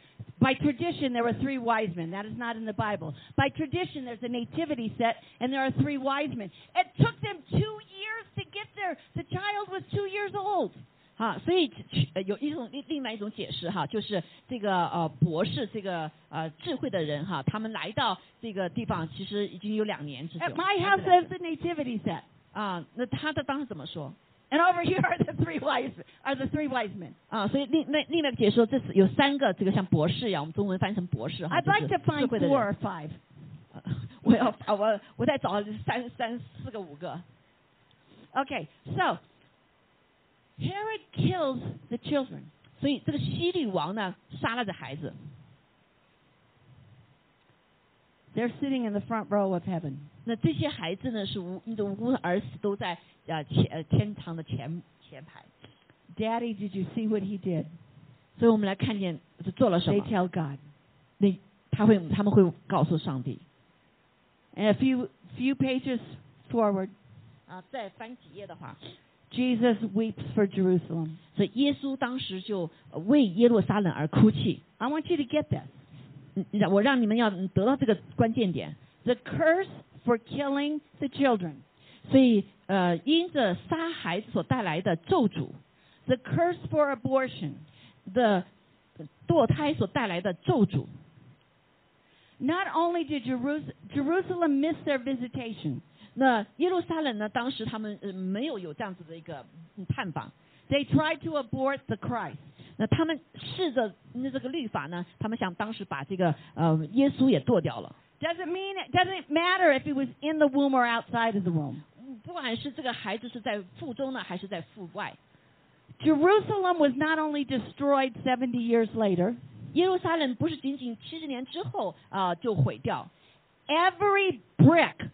Speaker 2: by tradition there were three wise men. That is not in the Bible. By tradition, there's a nativity set, and there are three wise men. It took them two years to get there. The child was two years old. ”
Speaker 1: 啊，所以呃有一种另另外一种解释哈，就是这个呃博士这个呃智慧的人哈，他们来到这个地方其实已经有两年之久。
Speaker 2: At my house, there's the nativity set.
Speaker 1: 啊，那他的当时怎么说
Speaker 2: And over here are the three wise are the three wise men.
Speaker 1: 啊？所以另那另外一个解说，这是有三个这个像博士一样，我们中文翻译成博士哈。就
Speaker 2: I'd
Speaker 1: 是
Speaker 2: like to
Speaker 1: 智
Speaker 2: find
Speaker 1: 慧的
Speaker 2: four
Speaker 1: 人。
Speaker 2: or five.
Speaker 1: 呃 我要啊，我我再找三三四个五个。
Speaker 2: Okay, so Herod kills the children.
Speaker 1: 所以这个西律王呢，杀了这孩子，
Speaker 2: They're sitting in the front row of heaven.
Speaker 1: 那这些孩子呢是无那种无而死，都在啊前呃天堂的前前排。
Speaker 2: Daddy, did you see what he did?
Speaker 1: 所以我们来看见是做了什
Speaker 2: They
Speaker 1: 么，
Speaker 2: tell God.
Speaker 1: 那他会他们会告诉上帝。
Speaker 2: And a few few pages forward,
Speaker 1: 啊，再翻几页的话，
Speaker 2: Jesus weeps for Jerusalem.
Speaker 1: 所以耶稣当时就呃为耶路撒冷而哭泣。
Speaker 2: I want you to get this.
Speaker 1: 嗯让我让你们要得到这个关键点。
Speaker 2: The curse for killing the children,
Speaker 1: 所以呃，因着杀孩子所带来的咒诅
Speaker 2: the curse for abortion,
Speaker 1: 的堕胎所带来的咒诅，
Speaker 2: Not only did Jerus- Jerusalem miss their visitation,
Speaker 1: 那耶路撒冷呢，当时他们呃没有有这样子的一个嗯探访。
Speaker 2: they tried to abort the Christ.
Speaker 1: 那他们试着那这个律法呢，他们想当时把这个呃耶稣也剁掉了。
Speaker 2: Doesn't mean it doesn't matter if he was in the womb or outside of the womb.
Speaker 1: 嗯不管是这个孩子是在腹中呢，还是在腹外，
Speaker 2: Jerusalem was not only destroyed 70 years later,
Speaker 1: 耶路撒冷不是仅仅七十年之后啊、就毁掉，
Speaker 2: every brick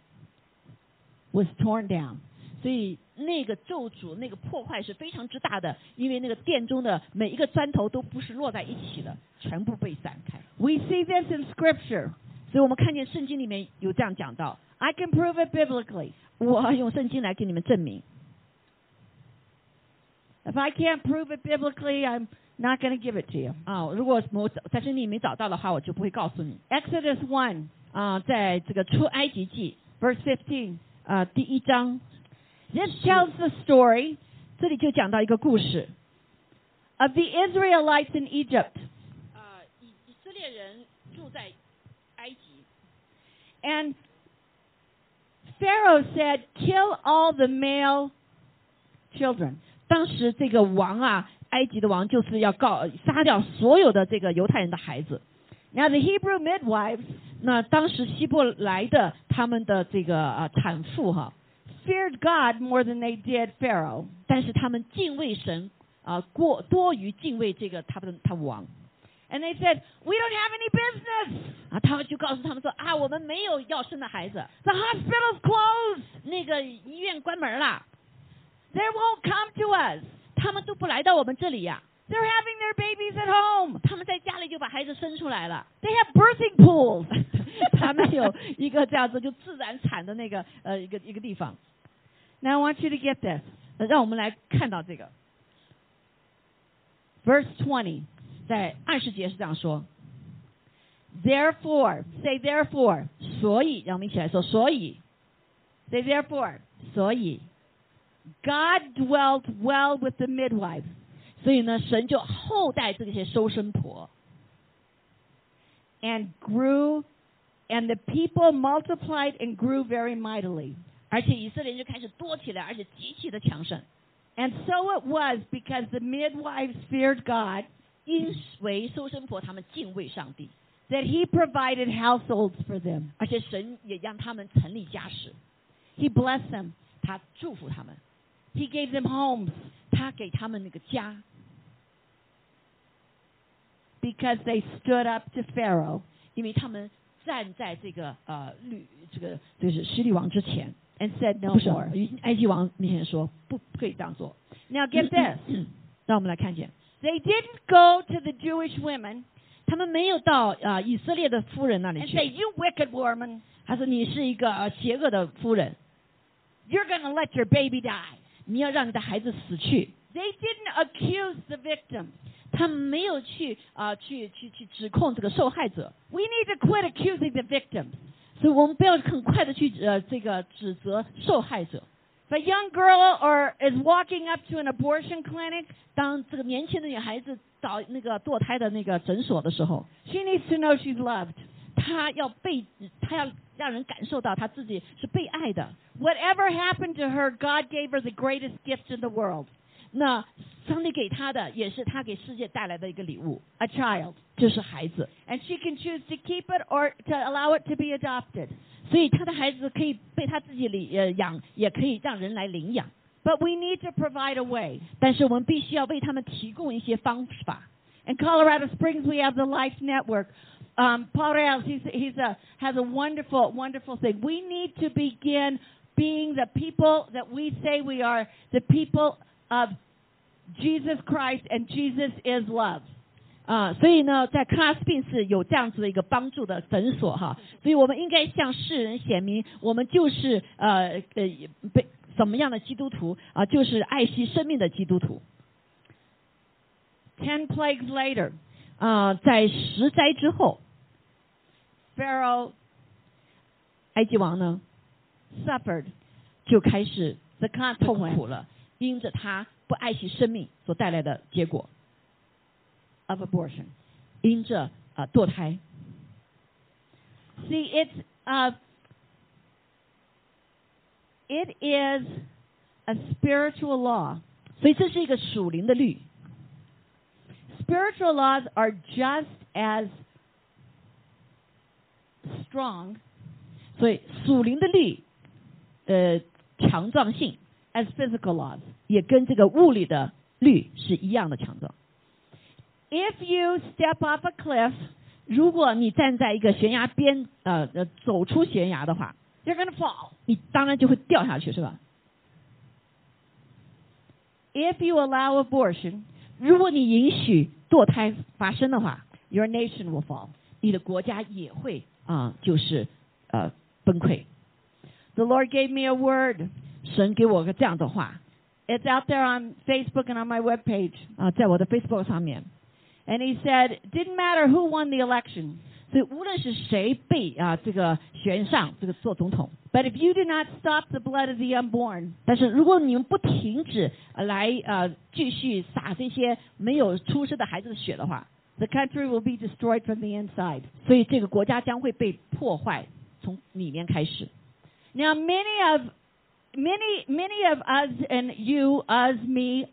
Speaker 2: was torn down.
Speaker 1: 所以那个咒诅、那个破坏是非常之大的，因为那个殿中的每一个砖头都不是落在一起的，全部被散开。
Speaker 2: We see this in scripture.
Speaker 1: 所以我们看见圣经里面有这样讲到，啊
Speaker 2: I can prove it biblically.
Speaker 1: 我用圣经来给你们证明。
Speaker 2: If I can't prove it biblically, I'm not going to give it to you.
Speaker 1: 啊，如果我在圣经里没找到的话，我就不会告诉你。
Speaker 2: Exodus 1,
Speaker 1: 啊，在这个出埃及记
Speaker 2: verse 15.
Speaker 1: 啊第一章，
Speaker 2: This tells the story
Speaker 1: 这里就讲到一个故事。
Speaker 2: of the Israelites in Egypt.
Speaker 1: 啊，以以色列人住在埃及，
Speaker 2: And Pharaoh said, Kill all the male children.
Speaker 1: 当时这个王啊，埃及的王就是要告杀掉所有的这个犹太人的孩子。
Speaker 2: Now, the Hebrew midwives
Speaker 1: 那当时希伯来的他们的这个啊产妇哈、
Speaker 2: feared God more than they did Pharaoh.
Speaker 1: 但是他们敬畏神啊，过多于敬畏这个他们的他们王
Speaker 2: And they said, We don't have any business.
Speaker 1: 啊，他们就告诉他们说啊，我们没有要生的孩子，
Speaker 2: The hospital's closed.
Speaker 1: 那个医院关门啦，
Speaker 2: They won't come to us.
Speaker 1: 他们都不来到我们这里呀、
Speaker 2: They're having their babies at home.
Speaker 1: 他们在家里就把孩子生出来了，
Speaker 2: They have birthing pools.
Speaker 1: 他们有一个这样子就自然产的那个呃一个一个地方，
Speaker 2: Now, I want you to get this.
Speaker 1: 呃让我们来看到这个，
Speaker 2: Verse 20.
Speaker 1: 在二十节是这样说，
Speaker 2: Therefore, say, therefore.
Speaker 1: 所以让我们一起来说，所以
Speaker 2: Say, therefore.
Speaker 1: 所以
Speaker 2: God dwelt well with the midwives,
Speaker 1: 所以呢，神就厚待这些收生婆，
Speaker 2: and grew, and the people multiplied and grew very mightily.
Speaker 1: 而且以色列人就开始多起来，而且极其的强盛。
Speaker 2: And so it was because the midwives feared God
Speaker 1: 因为收生婆他们敬畏上帝，
Speaker 2: that He provided households for them.
Speaker 1: 而且神也让他们成立家室，
Speaker 2: He blessed them.
Speaker 1: 他祝福他们，
Speaker 2: He gave them homes
Speaker 1: 他给他们那个家，
Speaker 2: because they stood up to Pharaoh
Speaker 1: 因为他们站在这个呃律这个就是希律王之前，
Speaker 2: and said no
Speaker 1: 不是
Speaker 2: more.
Speaker 1: 与埃及王面前说不不可以这样做。
Speaker 2: Now get
Speaker 1: Mm-hmm.
Speaker 2: this.
Speaker 1: 让我们来看见，
Speaker 2: They didn't go to the Jewish women
Speaker 1: 他们没有到啊、呃以色列的夫人那里
Speaker 2: and say,
Speaker 1: 去，
Speaker 2: "You wicked woman,
Speaker 1: 他说你是一个、呃邪恶的夫人，
Speaker 2: you're going to let your baby die."
Speaker 1: 你要让你的孩子死去。
Speaker 2: They didn't accuse the victims.
Speaker 1: 他们没有去啊、呃去去去指控这个受害者，
Speaker 2: We need to quit accusing the victims.
Speaker 1: 所以我们不要很快的去呃这个指责受害者。
Speaker 2: If a young girl or is walking up to an abortion clinic,
Speaker 1: 当这个年轻的女孩子找那个堕胎的那个诊所的时候，
Speaker 2: she needs to know she's loved.
Speaker 1: 她要被她要让人感受到她自己是被爱的。
Speaker 2: Whatever happened to her, God gave her the greatest gift in the world
Speaker 1: 那上帝给她的也是她给世界带来的一个礼物，
Speaker 2: a child.
Speaker 1: 就是孩子。
Speaker 2: And she can choose to keep it or to allow it to be adopted.
Speaker 1: 所以她的孩子可以被她自己领呃养，也可以让人来领养。
Speaker 2: But we need to provide a way.
Speaker 1: 但是我们必须要为他们提供一些方法。
Speaker 2: In Colorado Springs, we have the Life Network. Um, Paul Reyes, he's, he's a, has a wonderful, wonderful thing. We need to begin being the people that we say we are, the people of Jesus Christ, and Jesus is love.
Speaker 1: 啊，所以呢，在 Classbean 是有这样子的一个帮助的诊所哈，所以我们应该向世人显明，我们就是呃呃被什么样的基督徒啊、就是爱惜生命的基督徒
Speaker 2: Ten plagues later,
Speaker 1: 啊、在十灾之后，
Speaker 2: Pharaoh
Speaker 1: 埃及王呢
Speaker 2: suffered
Speaker 1: 就开始
Speaker 2: the
Speaker 1: 痛
Speaker 2: consequence
Speaker 1: 苦了，因着他不爱惜生命所带来的结果，
Speaker 2: of abortion.
Speaker 1: 因着啊、堕胎，
Speaker 2: See, it's uh, it is a spiritual law.
Speaker 1: 所以这是一个属灵的律，
Speaker 2: Spiritual laws are just as strong
Speaker 1: 所以属灵的律，呃，强壮性
Speaker 2: as physical laws.
Speaker 1: 也跟这个物理的律是一样的强壮。
Speaker 2: If you step off a cliff,
Speaker 1: 如果你站在一个悬崖边，呃呃，走出悬崖的话，
Speaker 2: you're going to fall.
Speaker 1: 你当然就会掉下去，是吧？
Speaker 2: If you allow abortion,
Speaker 1: 如果你允许堕胎发生的话，
Speaker 2: your nation will fall.
Speaker 1: 你的国家也会啊、就是呃崩溃。
Speaker 2: The Lord gave me a word.
Speaker 1: 神给我个这样的话
Speaker 2: It's out there on Facebook and on my webpage.
Speaker 1: 啊、在我的 Facebook 上面，
Speaker 2: And he said, didn't matter who won the election,
Speaker 1: 所以无论是谁被啊、这个选上这个做总统，
Speaker 2: but if you do not stop the blood of the unborn,
Speaker 1: 但是如果你们不停止呃来呃继续撒这些没有出生的孩子的血的话，
Speaker 2: the country will be destroyed from the inside.
Speaker 1: 所以这个国家将会被破坏，从里面开始。
Speaker 2: Now, many of many many of us and you, us, me,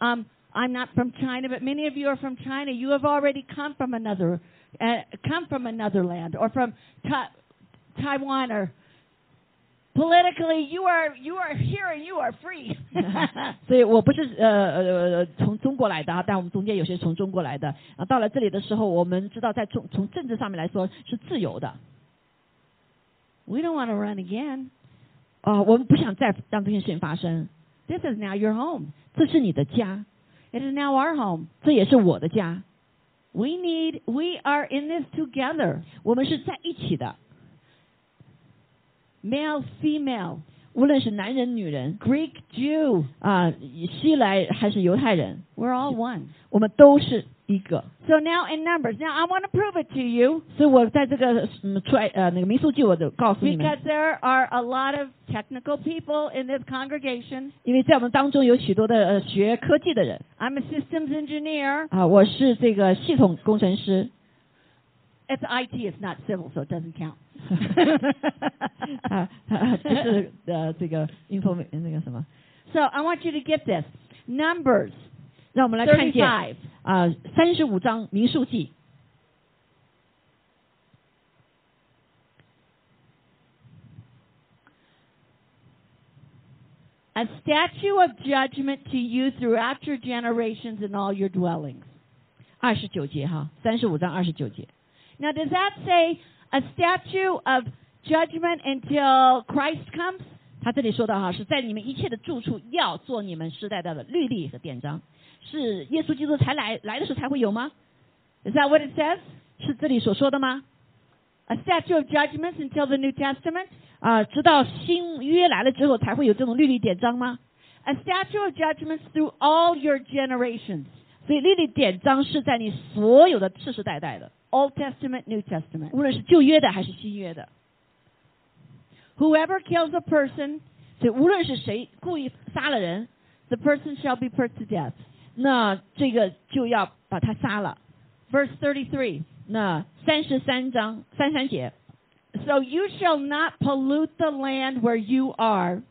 Speaker 2: um, I'm not from China, but many of you are from China. You have already come from another uh, come from another land or from ta- Taiwan or politically you are you are here and you are free.
Speaker 1: 所以我不是呃呃呃从中国来的啊，但我们中间有些从中国来的啊，到了这里的时候，我们知道在中从政治上面来说是自由的
Speaker 2: we don't want to run again.
Speaker 1: 啊，我们不想再让这件事情发生。
Speaker 2: This is now your home.
Speaker 1: 这是你的家，
Speaker 2: It is now our home.
Speaker 1: 这也是我的家，
Speaker 2: We need we are in this together.
Speaker 1: 我们是在一起的，
Speaker 2: Male, female,
Speaker 1: 无论是男人女人
Speaker 2: Greek, Jew,
Speaker 1: 啊，以希来还是犹太人，
Speaker 2: we're all one.
Speaker 1: 我们都是一个。
Speaker 2: So now in Numbers, now I want to prove it to you
Speaker 1: 所以我在这个嗯出来呃那个民数记我都告诉你们
Speaker 2: because，there are a lot of technical people in this congregation.
Speaker 1: 因为在我们当中有许多的呃学科技的人
Speaker 2: I'm a systems engineer.
Speaker 1: 啊，我是这个系统工程师，
Speaker 2: It's IT, it's not civil, so it doesn't count.
Speaker 1: 啊，啊就是呃这个 info 那个什么，
Speaker 2: So I want you to get this. Numbers
Speaker 1: 让我们来看见啊
Speaker 2: 35.
Speaker 1: 三十五章民数记
Speaker 2: A statue of judgment to you throughout your generations and all your dwellings.
Speaker 1: 二十九节哈，三十五章二十九节，
Speaker 2: Now, does that say a statue of judgment until Christ comes?
Speaker 1: 他这里说到哈，是在你们一切的住处要做你们世代的律例和典章，是耶稣基督才来来的时候才会有吗？
Speaker 2: Is that what it says?
Speaker 1: 是这里所说的吗？
Speaker 2: A statue of judgments until the New Testament?
Speaker 1: 啊，直到新约来了之后才会有这种律例典章吗？
Speaker 2: A statue of judgments through all your generations.
Speaker 1: 所以律例典章是在你所有的世世代代的，
Speaker 2: Old Testament, New Testament.
Speaker 1: 无论是旧约的还是新约的。
Speaker 2: Whoever kills a person,
Speaker 1: 所以无论是谁故意杀了人，
Speaker 2: the person shall be put to death.
Speaker 1: 那这个就要把他杀了。
Speaker 2: Verse 33.
Speaker 1: 那三十三章三三节，
Speaker 2: So you shall not pollute the land where you are.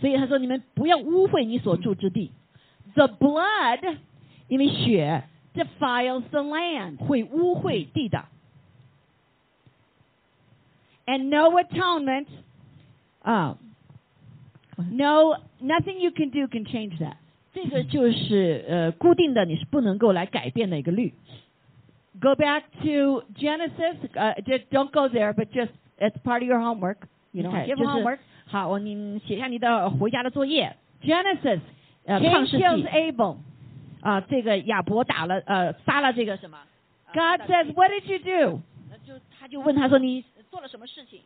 Speaker 1: 所以他说你们不要污秽你所住之地，
Speaker 2: The blood
Speaker 1: 因为血
Speaker 2: defiles the land,
Speaker 1: 会污秽地的
Speaker 2: and no atonement,
Speaker 1: 啊。
Speaker 2: no nothing you can do can change that.
Speaker 1: 这个就是呃固定的，你是不能够来改变的一个律。
Speaker 2: Go back to Genesis. Uh, just don't go there, but just it's part of your homework. You know,
Speaker 1: Okay,
Speaker 2: give
Speaker 1: 就是
Speaker 2: homework.
Speaker 1: 好，我你写下你的回家的作业。
Speaker 2: Genesis.
Speaker 1: 呃，
Speaker 2: Cain
Speaker 1: 创世
Speaker 2: kills
Speaker 1: 纪
Speaker 2: Abel. Uh,
Speaker 1: 啊，这个亚伯打了呃杀了这个什么
Speaker 2: God says, "What did you do?
Speaker 1: 呃就他就问他说你做了什么事情？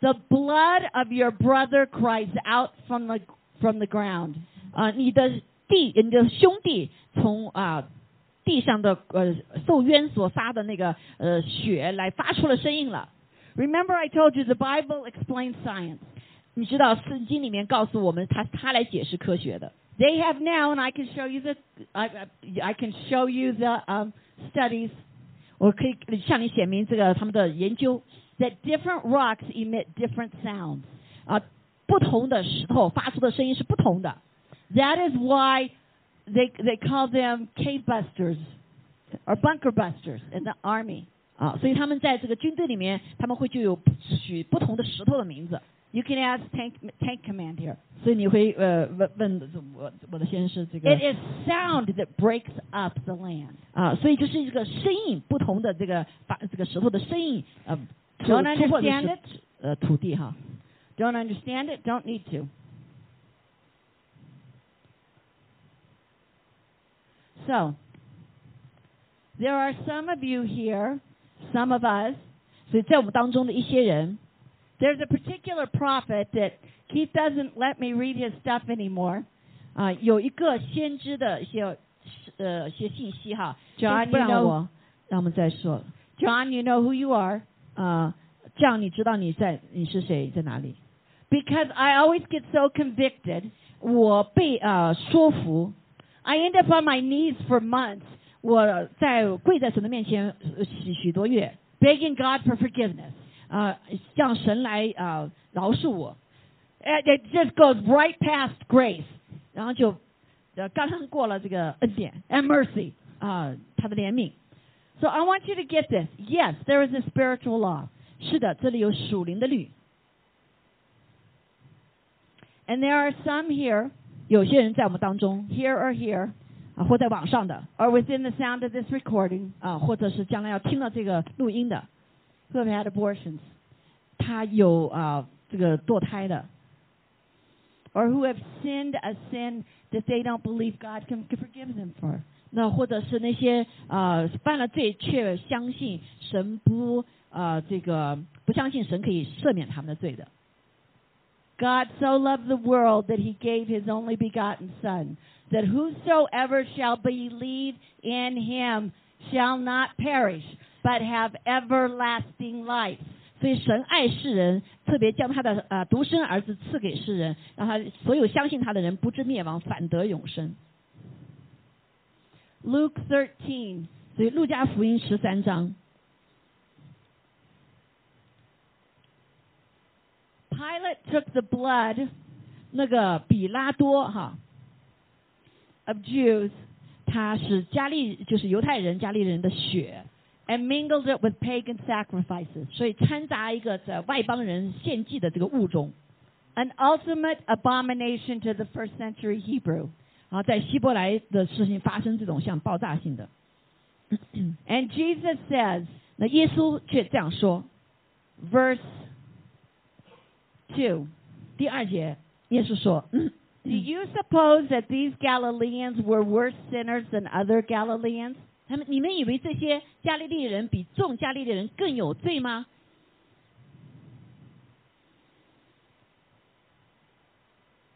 Speaker 2: The blood of your brother cries out from the from the ground."
Speaker 1: 啊，你的弟你的兄弟从啊地上的呃受冤所杀的那个呃血来发出了声音了。
Speaker 2: Remember, I told you the Bible explains science.
Speaker 1: 你知道圣经里面告诉我们，他他来解释科学的。
Speaker 2: They have now, and I can show you the I, I- I can show you the um, studies
Speaker 1: 我可以向你写明这个他们的研究
Speaker 2: that different rocks emit different sounds.
Speaker 1: 啊，不同的石头发出的声音是不同的。
Speaker 2: That is why they they call them cave busters or bunker busters in the army.
Speaker 1: 啊，所以他们在这个军队里面，他们会就有取不同的石头的名字。
Speaker 2: You can ask tank tank command here.
Speaker 1: 所以你会呃问问我我的先生是这个
Speaker 2: It is sound that breaks up the land.
Speaker 1: 啊，所以就是一个声音不同的这个把这个石头的声音呃突
Speaker 2: Don't
Speaker 1: 突破这
Speaker 2: understand
Speaker 1: 个
Speaker 2: it.
Speaker 1: 石呃土地哈
Speaker 2: Don't understand it. Don't need to. So, there are some of you here, some of us.
Speaker 1: 所以在我们当中的一些人
Speaker 2: There's a particular prophet that Keith doesn't let me read his stuff anymore.
Speaker 1: 啊 Uh, 有一个先知的一些呃一些信息哈，
Speaker 2: John,
Speaker 1: 不
Speaker 2: you
Speaker 1: 让
Speaker 2: know,
Speaker 1: 我让我们再说了
Speaker 2: John, you know who you are
Speaker 1: 啊，这样你知道你在你是谁在哪里？
Speaker 2: because I always get so convicted.
Speaker 1: 我被啊、呃说服，
Speaker 2: I end up on my knees for months
Speaker 1: 我在跪在神的面前呃许许多月
Speaker 2: begging God for forgiveness.
Speaker 1: 啊、让神来啊、呃饶恕我，
Speaker 2: It it just goes right past grace
Speaker 1: 然后就呃刚刚过了这个恩典
Speaker 2: and mercy.
Speaker 1: 啊、他的怜悯。
Speaker 2: So I want you to get this. Yes, there is a spiritual law,
Speaker 1: 是的，这里有属灵的律，
Speaker 2: and there are some here,
Speaker 1: 有些人在我们当中
Speaker 2: here or here,
Speaker 1: 啊，或在网上的
Speaker 2: or within the sound of this recording,
Speaker 1: 啊，或者是将来要听到这个录音的，
Speaker 2: who have had abortions
Speaker 1: 他有啊这个堕胎的
Speaker 2: or who have sinned a sin that they don't believe God can, can forgive them for.
Speaker 1: 那或者是那些呃犯了罪却相信神不呃这个不相信神可以赦免他们的罪的
Speaker 2: God so loved the world that he gave his only begotten Son, that whosoever shall believe in him shall not perish, but have everlasting life.
Speaker 1: 所以神爱世人，特别将他的呃独生儿子赐给世人，让他所有相信他的人不至灭亡，反得永生。
Speaker 2: Luke 13,
Speaker 1: 所以路加福音十三章，
Speaker 2: Pilate took the blood
Speaker 1: 那个比拉多哈，
Speaker 2: of Jews
Speaker 1: 他是加利就是犹太人加利人的血，
Speaker 2: and mingled it with pagan sacrifices,
Speaker 1: 所以掺杂一个在外邦人献祭的这个物中。
Speaker 2: an ultimate abomination to the first century Hebrew.
Speaker 1: 啊，在希伯来的事情发生这种像爆炸性的。
Speaker 2: And Jesus says,
Speaker 1: 那耶稣却这样说，
Speaker 2: verse 2,
Speaker 1: 第二节，耶稣说， 嗯
Speaker 2: Do
Speaker 1: Mm.
Speaker 2: you suppose that these Galileans were worse sinners than other Galileans?
Speaker 1: 他们你们以为这些加利利人比众加利利人更有罪吗？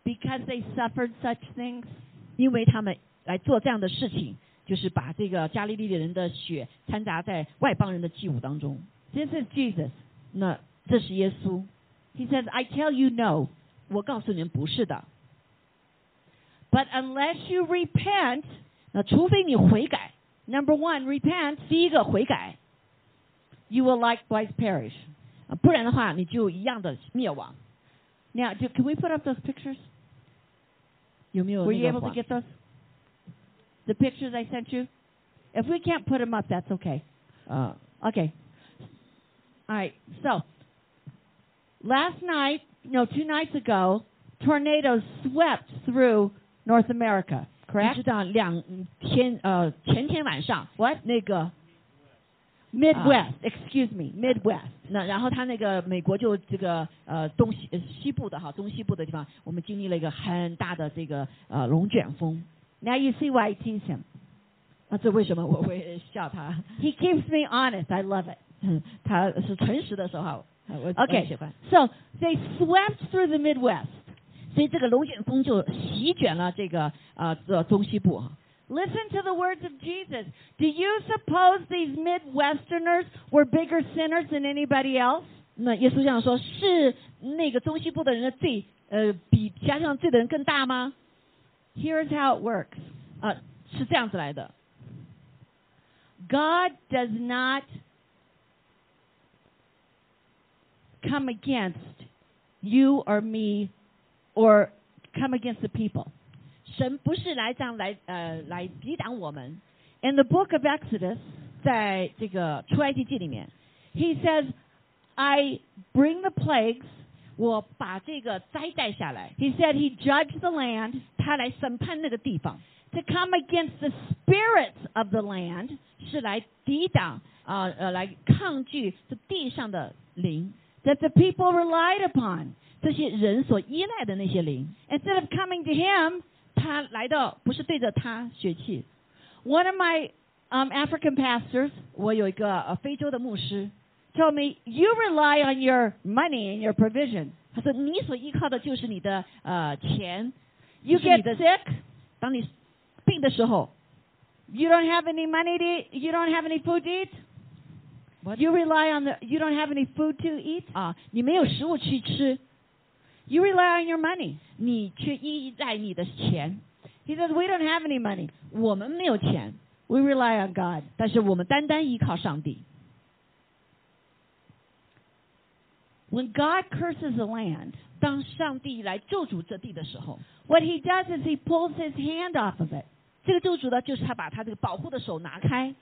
Speaker 2: Because they suffered such things?
Speaker 1: 因为他们来做这样的事情，就是把这个加利利人的血掺杂在外邦人的祭舞当中。
Speaker 2: This is Jesus.
Speaker 1: 那这是耶稣，
Speaker 2: He says, I tell you no,
Speaker 1: 我告诉你们不是的。
Speaker 2: but unless you repent,
Speaker 1: 那除非你悔改，
Speaker 2: number one, repent,
Speaker 1: 第一个悔改
Speaker 2: you will likewise perish.
Speaker 1: 啊、啊不然的话你就一样的灭亡。
Speaker 2: Now, do, can we put up those pictures?
Speaker 1: 有没有
Speaker 2: Were
Speaker 1: 那
Speaker 2: you
Speaker 1: 个
Speaker 2: able to
Speaker 1: 画
Speaker 2: get those? The pictures I sent you? If we can't put them up, that's okay.
Speaker 1: 啊，
Speaker 2: Okay. All right. So, last night, no, two nights ago, tornadoes swept through North America,
Speaker 1: 你知
Speaker 2: correct?
Speaker 1: 道两天呃前天晚上
Speaker 2: What?
Speaker 1: 那个
Speaker 2: Midwest. Excuse me. Midwest.
Speaker 1: 那然后他那个美国就这个呃东西呃西部的哈东西部的地方，我们经历了一个很大的这个呃龙卷风。
Speaker 2: Now you see why I tease him.
Speaker 1: 那这为什么 我会笑他？嗯
Speaker 2: He keeps me honest. I love it.
Speaker 1: 他是诚实的时候，呃我我
Speaker 2: Okay.
Speaker 1: 喜欢。
Speaker 2: So, they swept through the Midwest.
Speaker 1: 所以这个龙卷风就席卷了这个呃这中西部啊。
Speaker 2: Listen to the words of Jesus. Do you suppose these Midwesterners were bigger sinners than anybody else?
Speaker 1: 那耶稣这样说：是那个中西部的人的罪，呃，比加上罪的人更大吗？
Speaker 2: Here's how it works
Speaker 1: 啊、是这样子来的。
Speaker 2: God does not come against you or me or come against the people.
Speaker 1: 神不是来这样来呃来抵挡我们。
Speaker 2: In the book of Exodus,
Speaker 1: 在这个出埃及记里面，
Speaker 2: he says, I bring the plagues.
Speaker 1: 我把这个灾带下来，
Speaker 2: He said he judged the land
Speaker 1: 他来审判那个地方，
Speaker 2: to come against the spirits of the land
Speaker 1: 是来抵挡啊呃来抗拒这地上的灵，
Speaker 2: that the people relied upon.
Speaker 1: 这些人所依赖的那些灵。
Speaker 2: Instead of coming to him,
Speaker 1: 他来到不是对着他血气。
Speaker 2: one of my um, African pastors uh,
Speaker 1: 我有一个呃非洲的牧师，
Speaker 2: told me, You rely on your money and your provision.
Speaker 1: 他说你所依靠的就是你的呃钱，
Speaker 2: You
Speaker 1: 是你
Speaker 2: get
Speaker 1: 的
Speaker 2: sick,
Speaker 1: 当你病的时候，
Speaker 2: you don't have any money to eat, you don't have any food to eat.
Speaker 1: What?
Speaker 2: You rely on the you don't have any food to eat.
Speaker 1: 啊，你没有食物去吃，
Speaker 2: You rely on your money.
Speaker 1: 你却依赖你的钱。
Speaker 2: He says, We don't have any money.
Speaker 1: 我们没有钱，
Speaker 2: We rely on God.
Speaker 1: 但是我们单单依靠上帝。
Speaker 2: When God curses the land,
Speaker 1: 当上帝来救主这地的时候，
Speaker 2: what he does is he pulls his hand off of it.
Speaker 1: 这个救主呢，就是他把他这个保护的手拿开。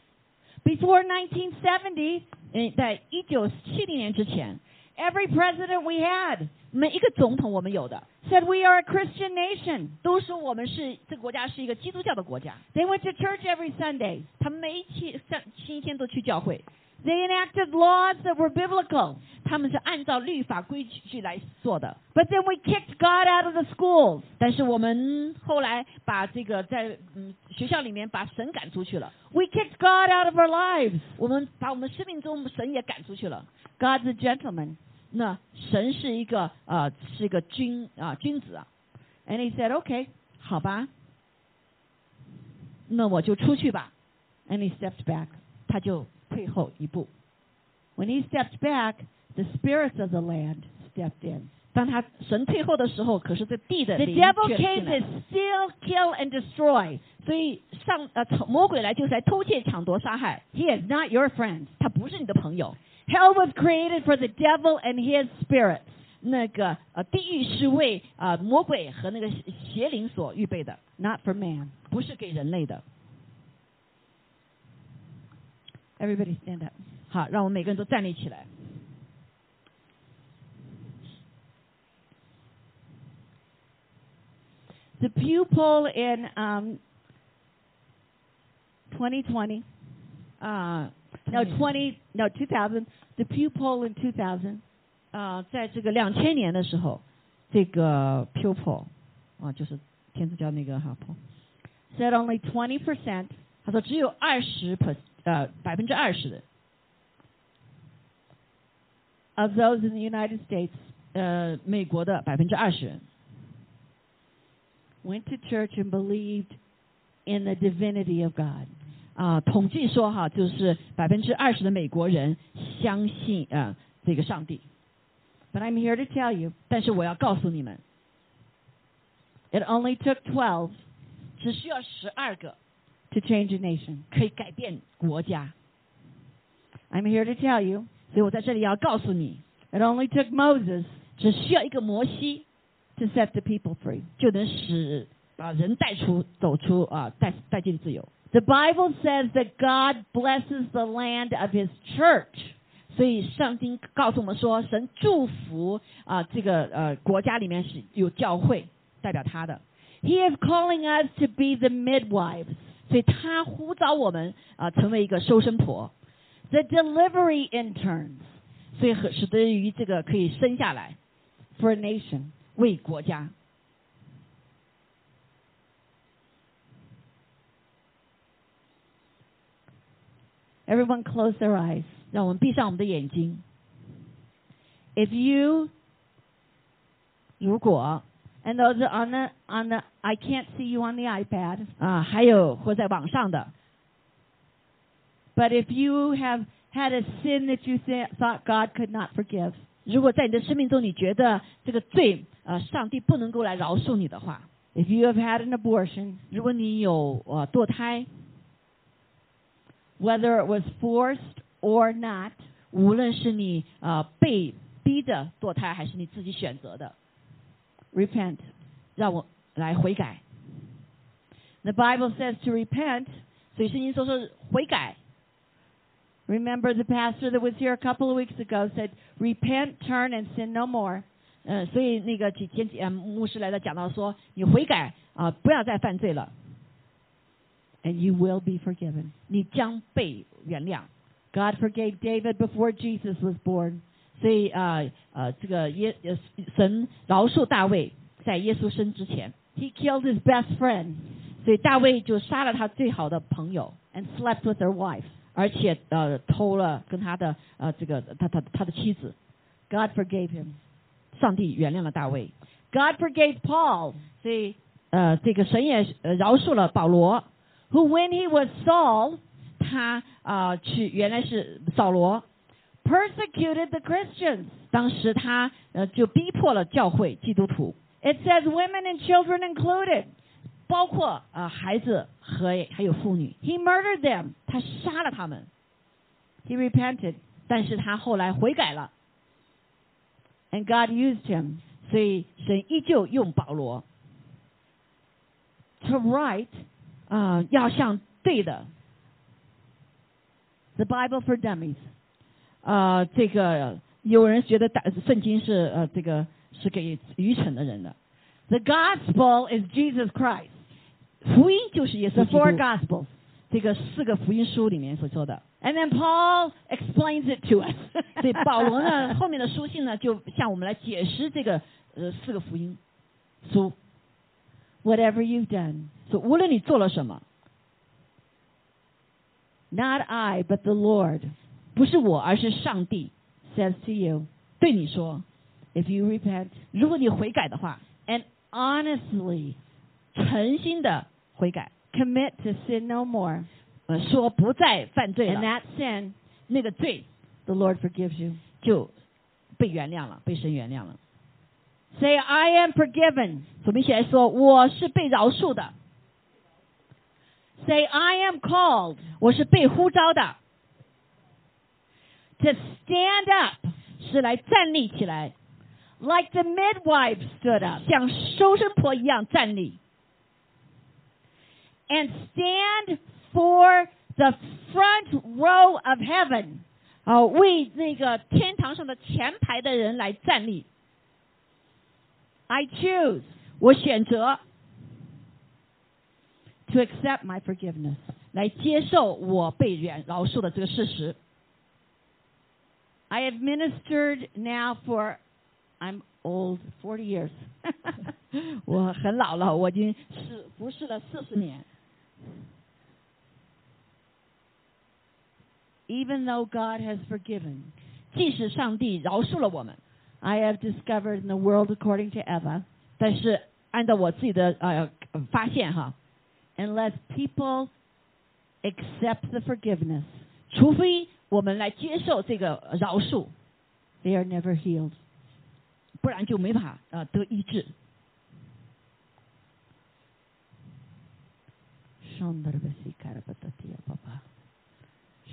Speaker 2: Before 1970,
Speaker 1: 嗯，在一九七零年之前，
Speaker 2: every president we had
Speaker 1: 每一个总统我们有的
Speaker 2: said we are a Christian nation.
Speaker 1: 都说我们是这个国家是一个基督教的国家，
Speaker 2: They went to church every Sunday.
Speaker 1: 他们每一期上星期天都去教会，
Speaker 2: They enacted laws that were biblical.
Speaker 1: 他们是按照律法规矩来做的。
Speaker 2: But then we kicked God out of the schools.
Speaker 1: 但是我们后来把这个在嗯学校里面把神赶出去了，
Speaker 2: We kicked God out of our lives.
Speaker 1: 我们把我们生命中神也赶出去了。
Speaker 2: God's a gentleman.
Speaker 1: 那神是一个呃是一个君啊、君子啊，
Speaker 2: And he said, okay.
Speaker 1: 好吧，那我就出去吧。
Speaker 2: And he stepped back.
Speaker 1: 他就退后一步。
Speaker 2: When he stepped back, the spirits of the land stepped in.
Speaker 1: 当他神退后的时候，可是这地的
Speaker 2: The
Speaker 1: 灵
Speaker 2: devil
Speaker 1: 却
Speaker 2: came
Speaker 1: 进来
Speaker 2: to steal, kill, and destroy.
Speaker 1: 所以上呃从魔鬼来就是来偷窃、抢夺、杀害，
Speaker 2: He is not your friend.
Speaker 1: 他不是你的朋友。
Speaker 2: Hell was created for the devil and his spirits.
Speaker 1: 那个呃地狱是为呃魔鬼和那个邪邪灵所预备的，
Speaker 2: not for man.
Speaker 1: 不是给人类的。
Speaker 2: Everybody stand up.
Speaker 1: 好，让我们每个人都站立起来。
Speaker 2: The Pew poll in um, 2020,
Speaker 1: 啊、
Speaker 2: no
Speaker 1: 那
Speaker 2: 20, no 2000, the Pew poll in 2000
Speaker 1: 啊、在这个两千年的时候，这个 pupil 啊，就是天主教那个哈 p
Speaker 2: said only 20%
Speaker 1: 他说只有二十 per 呃百分之二十的
Speaker 2: of those in the United States
Speaker 1: 呃美国的百分之二十人
Speaker 2: went to church and believed in the divinity of God.
Speaker 1: 啊，统计说哈，就是百分之二十的美国人相信呃这个上帝。
Speaker 2: But I'm here to tell you,
Speaker 1: 但是我要告诉你们，
Speaker 2: it only took 12
Speaker 1: 只需要十二个
Speaker 2: to change a nation.
Speaker 1: 可以改变国家。
Speaker 2: I'm here to tell you,
Speaker 1: 所以我在这里要告诉你，
Speaker 2: It only took Moses
Speaker 1: 只需要一个摩西
Speaker 2: to set the people free.
Speaker 1: 就能使把人带出走出啊带带进自由。
Speaker 2: The Bible says that God blesses the land of his church.
Speaker 1: 所以上经告诉我们说，神祝福啊这个呃国家里面是有教会代表他的，
Speaker 2: He is calling us to be the midwives,
Speaker 1: 所以他呼召我们啊、成为一个收生婆，
Speaker 2: the delivery interns
Speaker 1: 所以很使得于这个可以生下来
Speaker 2: for a nation.
Speaker 1: 为国家。
Speaker 2: Everyone close their eyes.
Speaker 1: 让我们闭上我们的眼睛，
Speaker 2: If you
Speaker 1: 如果
Speaker 2: and those are on the on the I can't see you on the iPad,
Speaker 1: 啊还有或在网上的，
Speaker 2: but if you have had a sin that you th- thought God could not forgive,
Speaker 1: 如果在你的生命中你觉得这个罪呃上帝不能够来饶恕你的话，
Speaker 2: if you have had an abortion,
Speaker 1: 如果你有呃堕胎，
Speaker 2: whether it was forced or not,
Speaker 1: 无论是你呃被逼着堕胎，还是你自己选择的，
Speaker 2: repent.
Speaker 1: 让我来悔改。
Speaker 2: The Bible says to repent.
Speaker 1: 所以圣经说说悔改，
Speaker 2: Remember the pastor that was here a couple of weeks ago said, "Repent, turn and sin no more."
Speaker 1: 嗯、所以那个几天呃牧师来了讲到说，你悔改啊、不要再犯罪了，
Speaker 2: and you will be forgiven.
Speaker 1: 你将被原谅。
Speaker 2: God forgave David before Jesus was born.
Speaker 1: 所以呃呃，这个耶呃神饶恕大卫在耶稣生之前，
Speaker 2: He killed his best friend
Speaker 1: 所以大卫就杀了他最好的朋友，
Speaker 2: and slept with their wife.
Speaker 1: 而且呃偷了跟他的呃这个他他他的妻子，
Speaker 2: God forgave him.
Speaker 1: 上帝原谅了大卫。
Speaker 2: God forgave Paul,
Speaker 1: 所以呃，这个神也呃饶恕了保罗，
Speaker 2: who when he was Saul
Speaker 1: 他啊、呃去原来是扫罗，
Speaker 2: persecuted the Christians.
Speaker 1: 当时他呃就逼迫了教会基督徒，
Speaker 2: It says women and children included.
Speaker 1: 包括呃孩子和还有妇女，
Speaker 2: He murdered them.
Speaker 1: 他杀了他们，
Speaker 2: He repented
Speaker 1: 但是他后来悔改了，
Speaker 2: and God used him
Speaker 1: 所以神依旧用保罗
Speaker 2: to write
Speaker 1: 啊、呃要向对的
Speaker 2: the Bible for dummies.
Speaker 1: 呃这个有人觉得大圣经是呃这个是给愚蠢的人的，
Speaker 2: The gospel is Jesus Christ.
Speaker 1: 福音就是耶稣
Speaker 2: The
Speaker 1: 基
Speaker 2: four
Speaker 1: 督
Speaker 2: gospels.
Speaker 1: 这个四个福音书里面所说的。
Speaker 2: And then Paul explains it to us.
Speaker 1: 对，保罗呢后面的书信呢，就向我们来解释这个呃四个福音书。
Speaker 2: Whatever you've done,
Speaker 1: 说无论你做了什么，
Speaker 2: not I, but the Lord
Speaker 1: 不是我，而是上帝
Speaker 2: says to you,
Speaker 1: 对你说，
Speaker 2: if you repent
Speaker 1: 如果你悔改的话，
Speaker 2: and honestly
Speaker 1: 诚心的悔改，
Speaker 2: commit to sin no more,
Speaker 1: 呃，说不再犯罪
Speaker 2: and
Speaker 1: 了，
Speaker 2: that sin
Speaker 1: 那个罪
Speaker 2: the Lord forgives you.
Speaker 1: 就被原谅了，被神原谅了。
Speaker 2: Say, I am forgiven.
Speaker 1: 我们一起来说，我是被饶恕的，
Speaker 2: Say, I am called
Speaker 1: 我是被呼召的，
Speaker 2: to stand up
Speaker 1: 是来站立起来，
Speaker 2: like the midwife stood up
Speaker 1: 像收生婆一样站立，
Speaker 2: and stand for the front row of heaven.
Speaker 1: 啊、为那个天堂上的前排的人来站立。
Speaker 2: I choose
Speaker 1: 我选择
Speaker 2: to accept my forgiveness.
Speaker 1: 来接受我被原饶恕的这个事实。
Speaker 2: I have ministered now for, I'm old, 40 years.
Speaker 1: 我很老了，我已经是服侍了四十年。
Speaker 2: Even though God has forgiven,
Speaker 1: 即使上帝饶恕了我们，
Speaker 2: I have discovered in the world according to Eva,
Speaker 1: 但是按照我自己的呃呃发现哈，
Speaker 2: unless people accept the forgiveness,
Speaker 1: 除非我们来接受这个呃饶恕，
Speaker 2: they are never healed.
Speaker 1: 不然就没法呃得医治。
Speaker 2: Shondarabasikarapatatiya papa.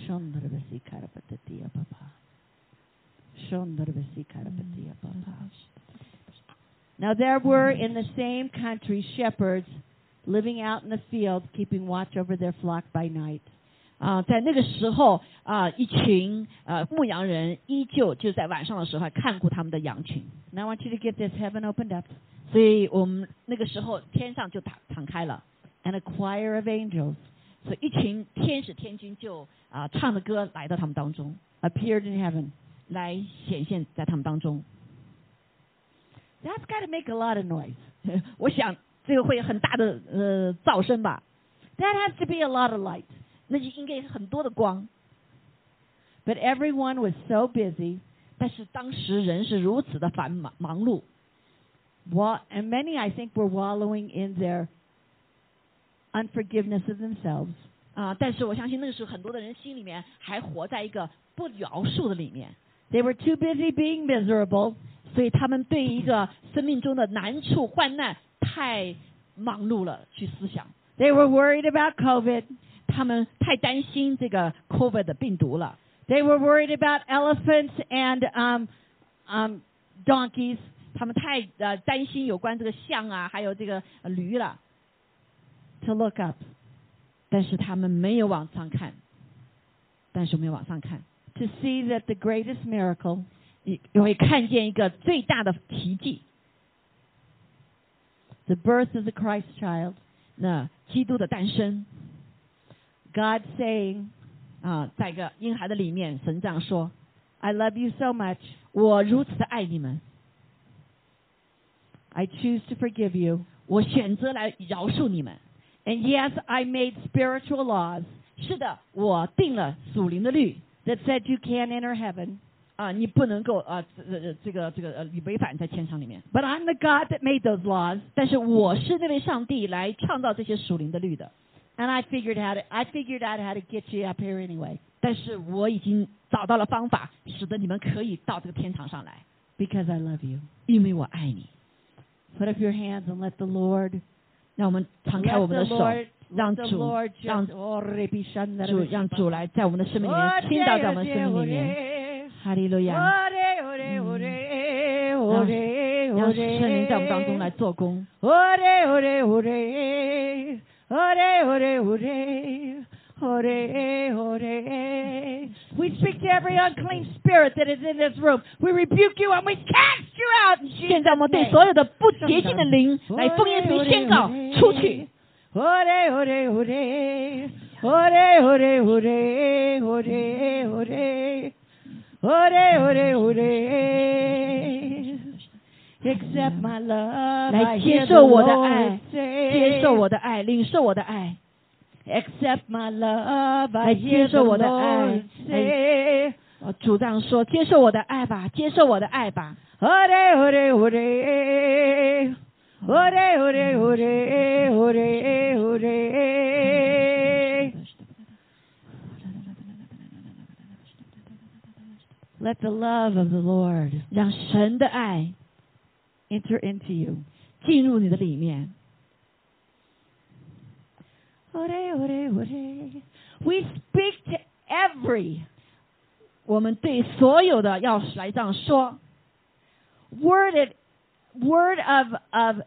Speaker 2: Shondarabasikarapatatiya papa. Now there were in the same country shepherds living out in the field, keeping watch over their flock by night.
Speaker 1: 啊、在那个时候啊、一群呃牧羊人依旧就在晚上的时候还看顾他们的羊群，
Speaker 2: And I want you to get this heaven opened up.
Speaker 1: 所以我们那个时候天上就打敞开了，
Speaker 2: And a choir of angels
Speaker 1: 所以一群天使天君就啊、唱着歌来到他们当中，
Speaker 2: appeared in heaven.
Speaker 1: 来显现在他们当中。
Speaker 2: That's got to make a lot of noise.
Speaker 1: 我想这个会很大的呃噪声吧，
Speaker 2: That has to be a lot of light.
Speaker 1: 那就应该很多的光。
Speaker 2: But everyone was so busy,
Speaker 1: 但是当时人是如此的繁忙忙碌，
Speaker 2: wa- and many I think were wallowing in their unforgiveness of themselves.
Speaker 1: 啊、但是我相信那个时候很多的人心里面还活在一个不饶恕的里面，
Speaker 2: They were too busy being miserable,
Speaker 1: 所以他们对一个生命中的难处、患难太忙碌了，去思想，
Speaker 2: they were worried about COVID,
Speaker 1: 他们太担心这个 COVID 的病毒了，
Speaker 2: they were worried about elephants and um, um, donkeys.
Speaker 1: 啊他们太呃担心有关这个象啊，还有这个呃驴了，
Speaker 2: To look up,
Speaker 1: 但是他们没有往上看，但是没有往上看，
Speaker 2: to see that the greatest miracle
Speaker 1: 你你会看见一个最大的奇迹，
Speaker 2: the birth of the Christ child,
Speaker 1: 那基督的诞生
Speaker 2: God saying,
Speaker 1: 啊、在一个婴孩的里面，神这样说。
Speaker 2: I love you so much,
Speaker 1: 我如此的爱你们，
Speaker 2: I choose to forgive you.
Speaker 1: 我选择来饶恕你们。
Speaker 2: And yes, I made spiritual laws
Speaker 1: 是的，我定了属灵的律
Speaker 2: that said you can't enter heaven,
Speaker 1: 啊、你不能够啊、呃呃这个这个呃，你违反在天上里面。
Speaker 2: but I'm the God that made those laws.
Speaker 1: 但是我是那位上帝来创造这些属灵的律的，
Speaker 2: And I figured how to I figured out how to get you up here anyway,
Speaker 1: 但是我已经找到了方法，使得你们可以到这个天堂上来，
Speaker 2: because I love you.
Speaker 1: 因为我爱你。
Speaker 2: Put up your hands and let the Lord
Speaker 1: 让我们敞
Speaker 2: let
Speaker 1: 开我们的
Speaker 2: the
Speaker 1: 手，
Speaker 2: Lord,
Speaker 1: 让
Speaker 2: let the
Speaker 1: 主
Speaker 2: Lord just
Speaker 1: 让
Speaker 2: oh, Rebbe Shandar
Speaker 1: 主让主来在我们的生命里面倾倒在我们生命里面。哈利路亚！ 让圣灵在我们当中来做工。
Speaker 2: Ore, ore, ore, ore, ore, ore, ore, ore. We speak to every unclean spirit that is in this room. We rebuke you and we cast you out. in
Speaker 1: 现
Speaker 2: Jesus'
Speaker 1: 在我们对
Speaker 2: name.
Speaker 1: 所有的不洁净的灵来
Speaker 2: Ore,
Speaker 1: 奉耶稣
Speaker 2: ore,
Speaker 1: 宣告
Speaker 2: ore.
Speaker 1: 出去。
Speaker 2: Ore, ore, ore, ore, ore, ore, ore, ore. Ore, ore, ore. Accept my love.
Speaker 1: 来
Speaker 2: I
Speaker 1: 接
Speaker 2: hear the
Speaker 1: 受我的
Speaker 2: Lord
Speaker 1: 爱，
Speaker 2: say.
Speaker 1: 接受我的爱，领受我的爱，
Speaker 2: Accept my love. I
Speaker 1: 来
Speaker 2: hear
Speaker 1: 接
Speaker 2: the
Speaker 1: 受我
Speaker 2: Lord
Speaker 1: 的爱，
Speaker 2: say.
Speaker 1: 呃主张说：“接受我的爱吧，接受我的爱吧。
Speaker 2: Ore, ore, ore. Ore, ore, ore, ore, ore. Let the love of the Lord ”
Speaker 1: 让神的爱
Speaker 2: enter into you.
Speaker 1: 进入你的里面。
Speaker 2: Ore, ore, ore. We speak to every
Speaker 1: 我们对所有的要来这样说，
Speaker 2: word of, word of, of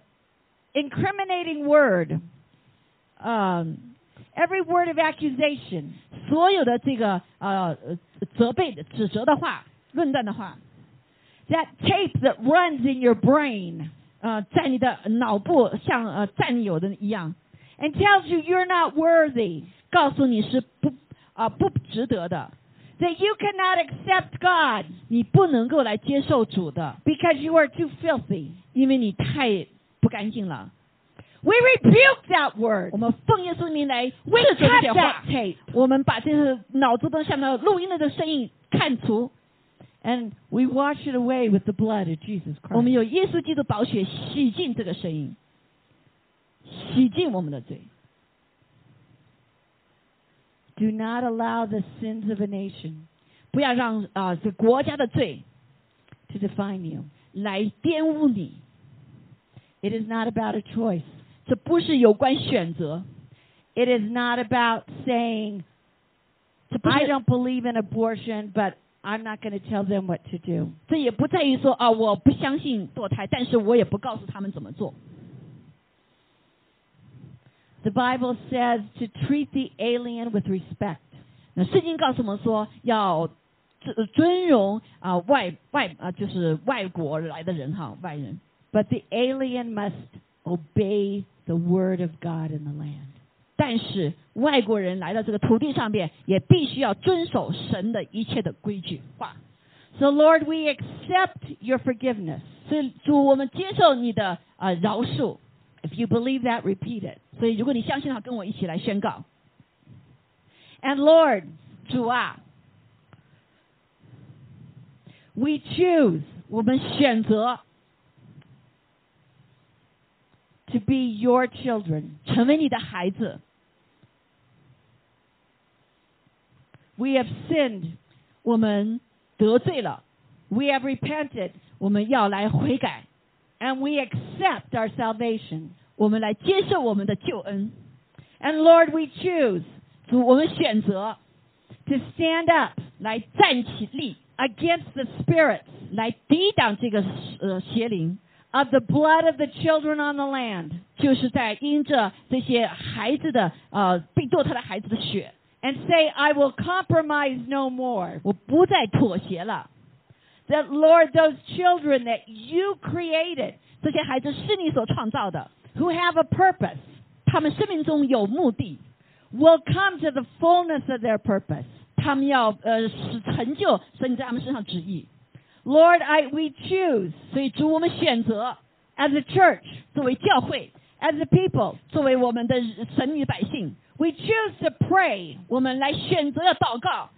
Speaker 2: incriminating word,
Speaker 1: 嗯，
Speaker 2: every word of accusation,
Speaker 1: 所有的这个呃呃责备的、指责的话、论断的话，
Speaker 2: that tape that runs in your brain
Speaker 1: 呃，在你的脑部像呃占有的一样，
Speaker 2: and tells you you're not worthy,
Speaker 1: 告诉你是不啊、不值得的，
Speaker 2: that you cannot accept God
Speaker 1: 你不能够来接受主的，
Speaker 2: because you are too filthy.
Speaker 1: 因为你太不干净了。
Speaker 2: We rebuke that word.
Speaker 1: 我们奉耶稣名来
Speaker 2: We
Speaker 1: 斥责这
Speaker 2: cut
Speaker 1: 些话
Speaker 2: that，tape
Speaker 1: 我们把这个脑子灯下面的录音的这个声音看除。
Speaker 2: and we wash it away with the blood of Jesus
Speaker 1: 我们
Speaker 2: Christ.
Speaker 1: 有耶稣基督宝血洗净这个声音，洗净我们的罪。
Speaker 2: Do not allow the sins of a nation
Speaker 1: 不要让啊、这国家的罪
Speaker 2: to define you.
Speaker 1: 来玷污你。
Speaker 2: It is not about a choice.
Speaker 1: 这不是有关选择，
Speaker 2: It is not about saying,
Speaker 1: 这不是
Speaker 2: I don't believe in abortion, but I'm not going to tell them what to do.
Speaker 1: 这也不在于说啊，我不相信堕胎，但是我也不告诉他们怎么做。
Speaker 2: The Bible says to treat the alien with respect.
Speaker 1: 那圣经告诉我们说，要尊尊荣啊、外外啊、就是外国来的人哈，外人。
Speaker 2: But the alien must obey the word of God in the land.
Speaker 1: 但是外国人来到这个土地上面，也必须要遵守神的一切的规矩话。
Speaker 2: So, Lord, we accept your forgiveness.
Speaker 1: 所以主，我们接受你的啊、呃饶恕。
Speaker 2: If you believe that, repeat it.
Speaker 1: 所以如果你相信的话，跟我一起来宣告：
Speaker 2: And, Lord,
Speaker 1: 主啊，
Speaker 2: we choose
Speaker 1: 我们选择
Speaker 2: to be your children.
Speaker 1: 成为你的孩子，
Speaker 2: We have sinned.
Speaker 1: 我们得罪了，
Speaker 2: We have repented.
Speaker 1: 我们要来悔改，
Speaker 2: And we accept our salvation.
Speaker 1: 我们来接受我们的救恩。
Speaker 2: And, Lord, we choose
Speaker 1: 主，我们选择
Speaker 2: to stand up
Speaker 1: 来站起立，
Speaker 2: against the spirits
Speaker 1: 来抵挡这个呃邪灵，
Speaker 2: of the blood of the children on the land
Speaker 1: 就是在因着这些孩子的呃被堕胎的孩子的血，
Speaker 2: and say, I will compromise no more.
Speaker 1: 我不再妥协了。
Speaker 2: That, Lord, those children that you created
Speaker 1: 这些孩子是你所创造的，
Speaker 2: who have a purpose
Speaker 1: 他们生命中有目的，
Speaker 2: will come to the fullness of their purpose.
Speaker 1: 他们要呃使成就神在他们身上旨意。
Speaker 2: Lord, I, we choose
Speaker 1: 所以主，我们选择
Speaker 2: as a church,
Speaker 1: 作为教会，
Speaker 2: as a people,
Speaker 1: 作为我们的神与百姓，
Speaker 2: we choose to pray
Speaker 1: 我们来选择要祷告，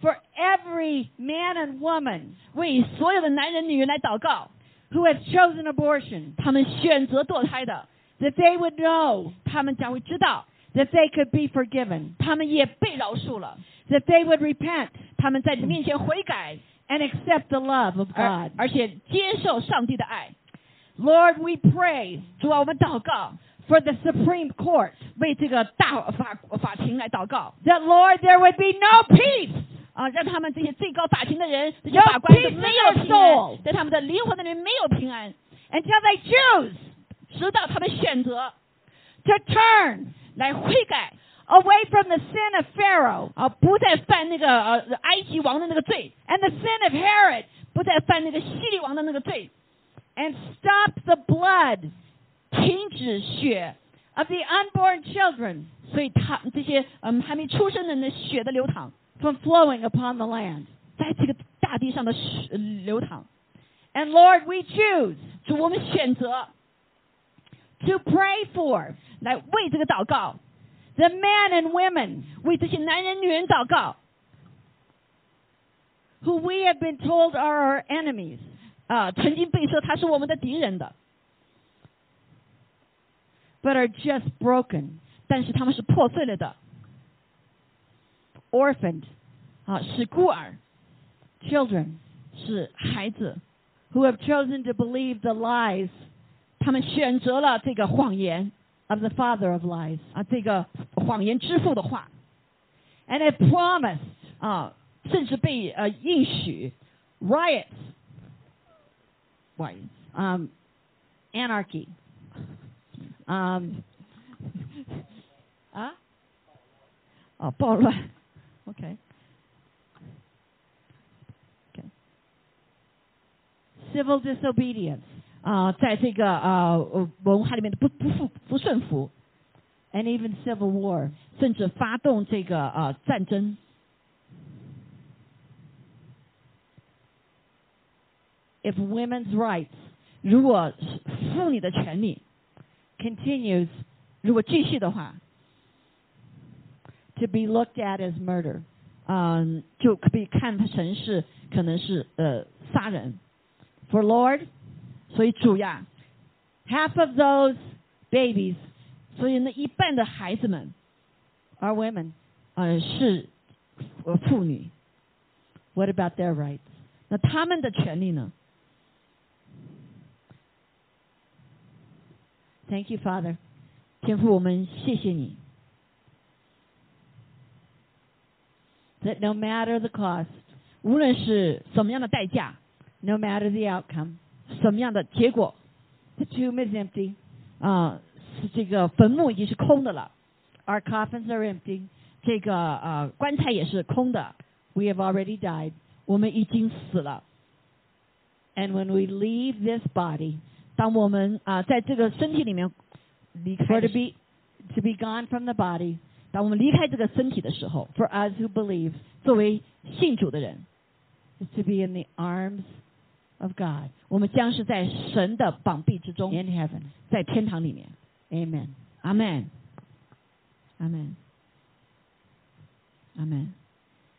Speaker 2: for every man and woman
Speaker 1: 为所有的男人、女人来祷告，
Speaker 2: who has chosen abortion,
Speaker 1: 他们选择堕胎的，
Speaker 2: that they would know
Speaker 1: 他们将会知道，
Speaker 2: that they could be forgiven,
Speaker 1: 他们也被饶恕了，
Speaker 2: that they would repent
Speaker 1: 他们在你面前悔改，
Speaker 2: and accept the love of
Speaker 1: 而
Speaker 2: God.
Speaker 1: 而且接受上帝的爱。
Speaker 2: Lord, we pray
Speaker 1: 主啊，我们祷告，
Speaker 2: for the Supreme Court
Speaker 1: 为这个大法法庭来祷告
Speaker 2: that, Lord, there would be no peace
Speaker 1: 啊，让他们这些最高法庭的人，这些
Speaker 2: Your
Speaker 1: 法官都
Speaker 2: peace in
Speaker 1: 没
Speaker 2: your
Speaker 1: 有平
Speaker 2: soul
Speaker 1: 安，在他们的灵魂的人没有平安，
Speaker 2: until they choose
Speaker 1: 直到他们选择
Speaker 2: to turn
Speaker 1: 来悔改
Speaker 2: away from the sin of Pharaoh
Speaker 1: 啊，不再犯那个呃埃及王的那个罪，
Speaker 2: and the sin of Herod
Speaker 1: 不再犯那个希律王的那个罪，
Speaker 2: and stop the blood
Speaker 1: 停止血，
Speaker 2: of the unborn children
Speaker 1: 所以他这些嗯还没出生的那血的流淌，
Speaker 2: from flowing upon the land.
Speaker 1: 在这个大地上的血呃流淌。
Speaker 2: And Lord, we choose
Speaker 1: 主，我们选择
Speaker 2: to pray for
Speaker 1: 来为这个祷告，
Speaker 2: the men and women
Speaker 1: 为这些男人、女人祷告，
Speaker 2: who we have been told are our enemies.
Speaker 1: 啊、曾经被说他是我们的敌人的，
Speaker 2: But are just broken,
Speaker 1: 但是他们是破碎了的，
Speaker 2: orphaned Uh,
Speaker 1: 啊，是孤儿，
Speaker 2: children
Speaker 1: 是孩子，
Speaker 2: who have chosen to believe the lies
Speaker 1: 他们选择了这个谎言
Speaker 2: of the father of lies Uh,
Speaker 1: 啊，这个谎言之父的话
Speaker 2: and have promised uh,
Speaker 1: 啊，甚至被呃应许
Speaker 2: riots,
Speaker 1: why
Speaker 2: um, anarchy, um, uh, Oh,
Speaker 1: 啊暴 乱，OK，
Speaker 2: civil disobedience, Uh,
Speaker 1: 啊，在这个啊呃文化里面的不不服不顺服，
Speaker 2: and even civil war.
Speaker 1: 甚至发动这个啊战争，
Speaker 2: If women's rights
Speaker 1: 如果是妇女的权利
Speaker 2: continues
Speaker 1: 如果继续的话，
Speaker 2: to be looked at as murder,
Speaker 1: 嗯、就可被看成是可能是呃杀人。
Speaker 2: for Lord,
Speaker 1: 所以主呀，
Speaker 2: half of those babies
Speaker 1: 所以那一半的孩子们，
Speaker 2: are women.
Speaker 1: 呃是呃妇女，
Speaker 2: What about their rights?
Speaker 1: 那他们的权利呢？
Speaker 2: Thank you, Father.
Speaker 1: 天父，我们谢谢你，
Speaker 2: that no matter the cost,
Speaker 1: 无论是什么样的代价，
Speaker 2: no matter the outcome.
Speaker 1: 什么样的结果
Speaker 2: The tomb is empty.
Speaker 1: 啊、是这个坟墓已经是空的了，
Speaker 2: Our coffins are empty.
Speaker 1: 这个呃棺材也是空的，
Speaker 2: We have already died.
Speaker 1: 我们已经死了。
Speaker 2: And when we leave this body,
Speaker 1: 当我们啊、在这个身体里面离开
Speaker 2: for
Speaker 1: 的
Speaker 2: to
Speaker 1: 时候，
Speaker 2: be to be gone from the body,
Speaker 1: 当我们离开这个身体的时候，
Speaker 2: for us who believe,
Speaker 1: 作为信主的人，
Speaker 2: is to be in the arms of God
Speaker 1: 我们将是在神的膀臂之中，
Speaker 2: in heaven.
Speaker 1: 在天堂里面。
Speaker 2: Amen.
Speaker 1: 阿门，阿门，阿门。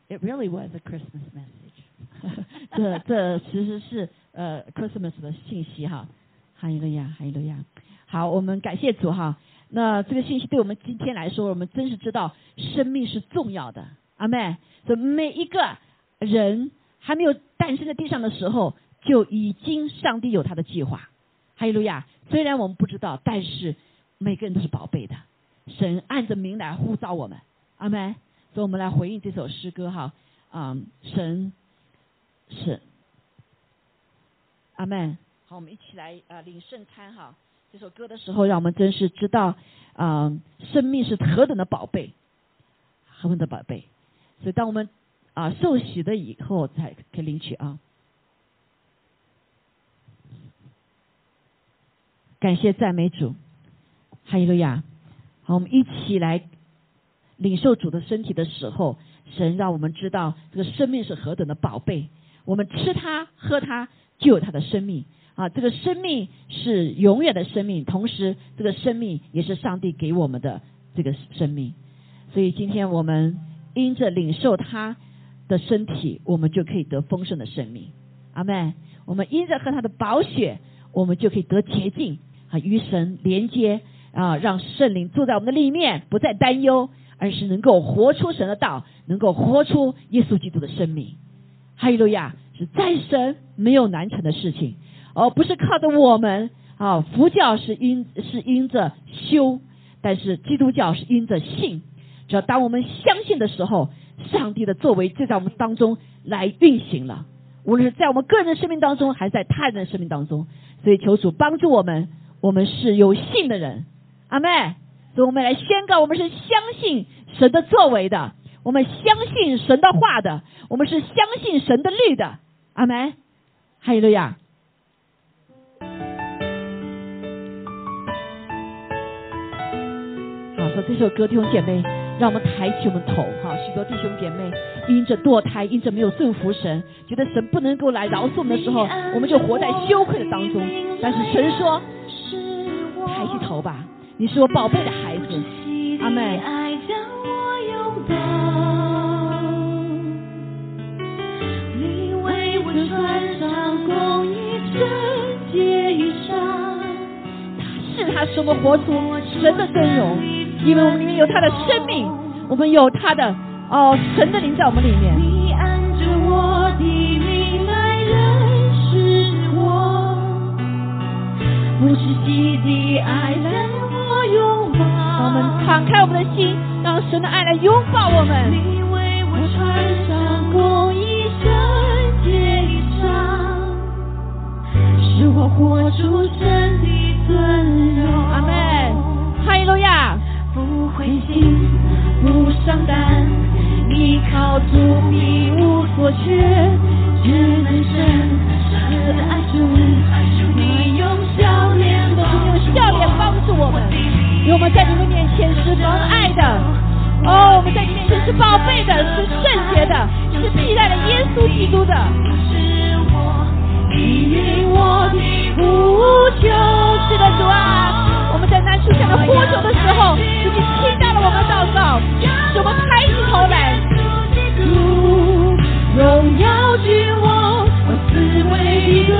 Speaker 2: It really was a Christmas message.
Speaker 1: 这这其实是呃 Christmas 的信息哈，哈利路亚，哈利路亚。好，我们感谢主哈。那这个信息对我们今天来说，我们真是知道生命是重要的。阿妹，这每一个人还没有诞生在地上的时候，就已经上帝有他的计划。哈利路亚！虽然我们不知道，但是每个人都是宝贝的。神按着名来呼召我们，阿门。所以我们来回应这首诗歌哈，啊、神是，阿门。好，我们一起来呃领圣餐哈。这首歌的时候，让我们真是知道，嗯、生命是何等的宝贝，何等的宝贝。所以，当我们啊、受洗的以后，才可以领取啊。感谢赞美主，哈利路亚。好，我们一起来领受主的身体的时候，神让我们知道这个生命是何等的宝贝。我们吃它、喝它，就有它的生命啊！这个生命是永远的生命，同时这个生命也是上帝给我们的这个生命。所以今天我们因着领受他的身体，我们就可以得丰盛的生命。阿门。我们因着和他的宝血，我们就可以得洁净啊，与神连接啊，让圣灵住在我们的里面，不再担忧，而是能够活出神的道，能够活出耶稣基督的生命。哈利路亚！是在神没有难成的事情，而、不是靠着我们啊。佛教是因是因着修，但是基督教是因着信。只要当我们相信的时候，上帝的作为就在我们当中来运行了。无论是在我们个人的生命当中，还是在他人的生命当中，所以求主帮助我们，我们是有信的人，阿妹。所以我们来宣告，我们是相信神的作为的，我们相信神的话的，我们是相信神的律的，阿门。哈利路亚。好，说这首歌，弟兄姐妹，让我们抬起我们头哈。许多弟兄姐妹因着堕胎，因着没有顺服神，觉得神不能够来饶恕我们的时候，我们就活在羞愧的当中。但是神说，抬起头吧，你是我宝贝的孩子。阿妹
Speaker 3: 爱将我拥抱，你为我穿上公益圣洁裳，
Speaker 1: 是他使我们活出神的真容，因为我们里面有他的生命，我们有他的哦神的灵在我们里面。
Speaker 3: 你按着我的命来认识我，不是息的爱将我拥抱，
Speaker 1: 让我们敞开我们的心，让神的爱来拥抱我们。
Speaker 3: 你为我穿上公益圣洁裳，使我活出神的尊荣。
Speaker 1: 阿妹，哈利路亚！
Speaker 3: 不灰心，不伤胆，依靠主一无所缺，只能神慈爱主，你用笑脸帮
Speaker 1: 你用笑脸帮助我们，因为我们在你们面前是蒙爱的。哦，我们在你面前是宝贝的，是圣洁的，是替代了耶稣基督的。
Speaker 3: 是我，你因我的无求。
Speaker 1: 是的，主啊，我们在难处下的呼求的时候，主你听到了我们的祷告，使我们抬起头来。
Speaker 3: 主，荣耀君王，我自为的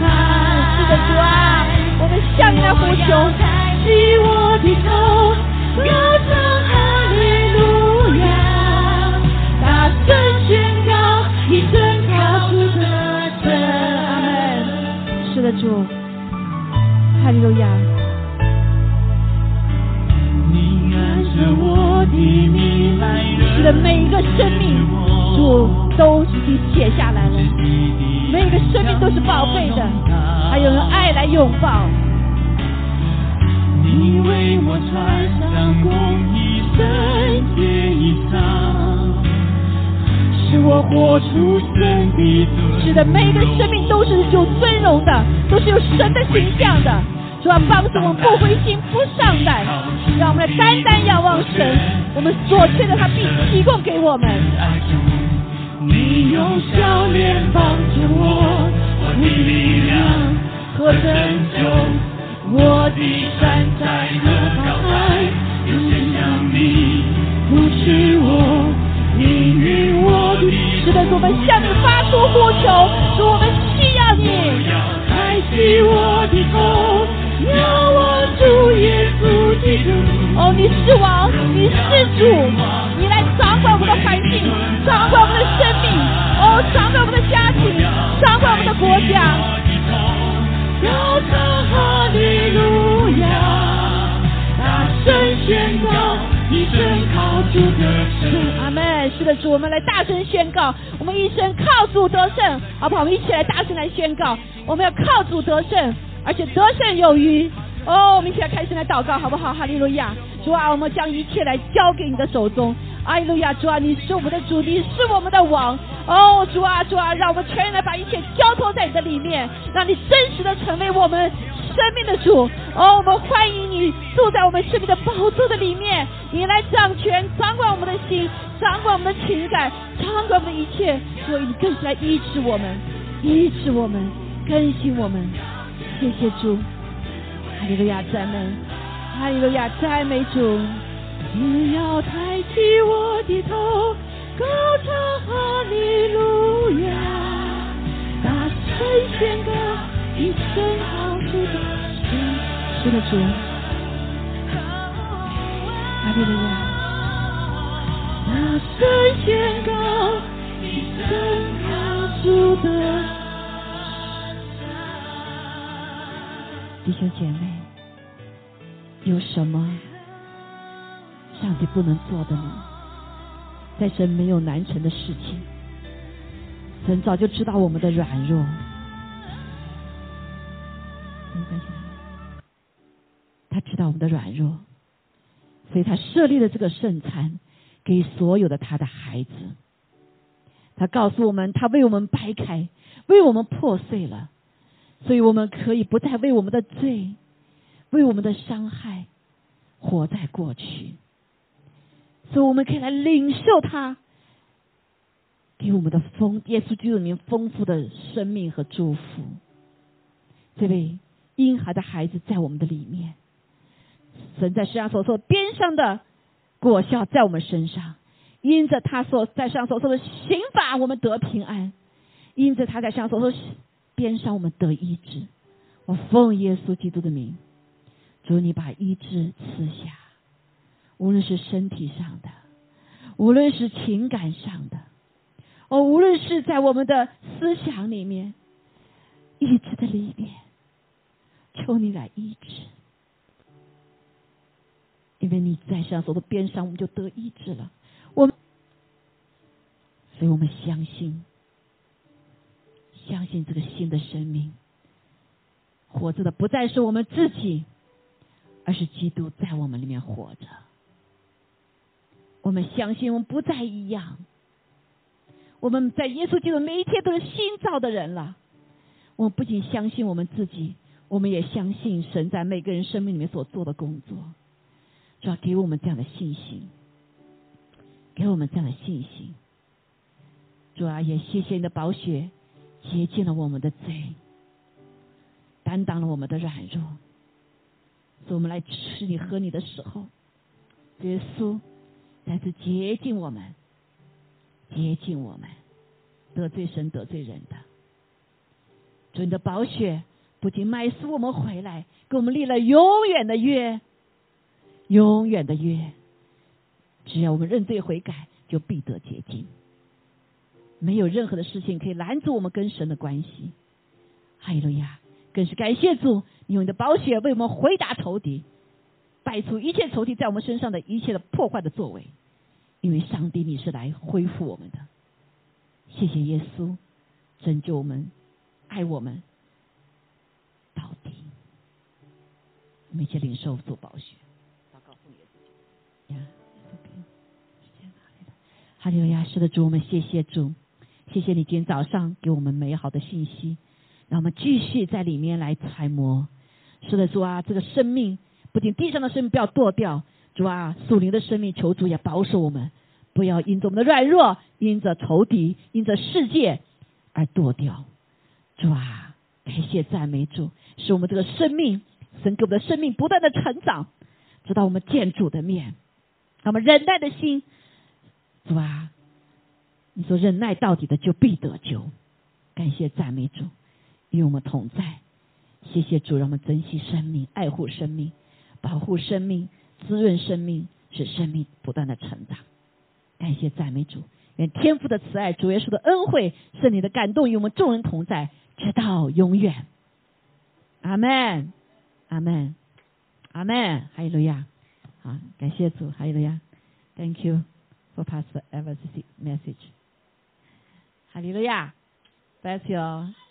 Speaker 3: 爱。
Speaker 1: 是的，主啊，我们向你来呼求。
Speaker 3: 抬起我的头，高唱哈利路亚，大声宣告一生靠主的神。
Speaker 1: 是的，主，哈利路亚。
Speaker 3: 你按着我的命来
Speaker 1: 是的，每一
Speaker 4: 经解下来了。每个生命都是宝贝的，还有用爱来拥抱。
Speaker 3: 你为我穿上公益圣洁衣裳，使我活出神的尊
Speaker 4: 是的，每一个生命都是有尊荣的，都是有神的形象的。主要帮助我们不灰心、不上胆，让我们来单单仰望神。我们所缺的，他必提供给我们。
Speaker 3: 爱主，你用笑脸帮助我，我的力量和拯救，我的山在何方来？有谁像你扶持我，你与我的
Speaker 4: 是
Speaker 3: 手
Speaker 4: 的，主我们向你发出呼求，主我们需要你。
Speaker 3: 要抬起我的头，仰望主耶稣基督。
Speaker 4: 哦，你是王，你是主，你来掌管我们的环境，掌管我们的生命，哦，掌管我们的家庭，掌管我们的国家。
Speaker 3: 要唱哈利路亚，大声宣告，一生靠主的神。
Speaker 4: 嗯阿门。是的，主，我们来大声宣告，我们一生靠主得胜，好不好？我们一起来大声来宣告，我们要靠主得胜，而且得胜有余。哦，我们一起来开始来祷告，好不好？哈利路亚！主啊，我们将一切来交给你的手中。哈利路亚！主啊，你是我们的主，你是我们的王。哦，主啊，主啊，让我们全然来把一切交托在你的里面，让你真实的成为我们生命的主。哦，我们欢迎你住在我们生命的宝座的里面，你来掌权，掌管我们的心，掌管我们的情感，掌管我们的一切。所以你更是来医治我们，医治我们，更新我们。谢谢主，哈利路亚，赞美，哈利路亚，赞美主。
Speaker 3: 只要抬起我的头，高唱哈利路亚，大声宣告一生好主的神。
Speaker 4: 是的，主，哈利路亚。
Speaker 3: 大声宣告一生好主的
Speaker 1: 弟兄姐妹，有什么上帝不能做的呢？在神没有难成的事情，神早就知道我们的软弱。没关系他知道我们的软弱，所以他设立了这个圣餐给所有的他的孩子。他告诉我们，他为我们掰开，为我们破碎了。所以我们可以不再为我们的罪、为我们的伤害活在过去，所以我们可以来领受他给我们的丰耶稣基督里面丰富的生命和祝福。这位婴孩的孩子在我们的里面，神在世上所说边上的果效在我们身上，因着他所在世上所说的刑罚，我们得平安；因着他在世上所说边上我们得医治。我奉耶稣基督的名，主你把医治赐下，无论是身体上的，无论是情感上的，哦，无论是在我们的思想里面、意志的里面，求你来医治，因为你在上所的边上，我们就得医治了。我们，所以我们相信。相信这个新的生命，活着的不再是我们自己，而是基督在我们里面活着。我们相信我们不再一样，我们在耶稣基督每一天都是新造的人了。我们不仅相信我们自己，我们也相信神在每个人生命里面所做的工作。主要给我们这样的信心，给我们这样的信心。主啊，也谢谢你的宝血洁净了我们的罪，担当了我们的软弱。所以我们来吃你喝你的时候，耶稣再次洁净我们，洁净我们，得罪神得罪人的。主你的宝血不仅买赎我们回来，给我们立了永远的约，永远的约。只要我们认罪悔改，就必得洁净。没有任何的事情可以拦阻我们跟神的关系。哈利路亚！更是感谢主，你用你的宝血为我们回答仇敌，摆除一切仇敌在我们身上的一切的破坏的作为。因为上帝，你是来恢复我们的。谢谢耶稣拯救我们，爱我们到底。我们一起领受做宝血，祷告奉耶稣基督呀，it's okay，时间哪里来哈利路亚，是的，主，我们谢谢主，谢谢你今天早上给我们美好的信息，让我们继续在里面来揣摩。是的，主啊，这个生命不仅地上的生命不要堕掉，主啊，属灵的生命求主也保守我们，不要因着我们的软弱，因着仇敌，因着世界而堕掉。主啊，感谢赞美主，使我们这个生命，神给我们的生命不断的成长，直到我们见主的面。那么忍耐的心，主啊，你说忍耐到底的就必得救。感谢赞美主，与我们同在。谢谢主，让我们珍惜生命，爱护生命，保护生命，滋润生命，使生命不断的成长。感谢赞美主，愿天父的慈爱、主耶稣的恩惠、圣灵的感动与我们众人同在，直到永远。阿门，阿门，阿门，哈利路亚！好，感谢主，哈利路亚！Thank you for Pastor Evers' message。哈利路亚！Bless you. all.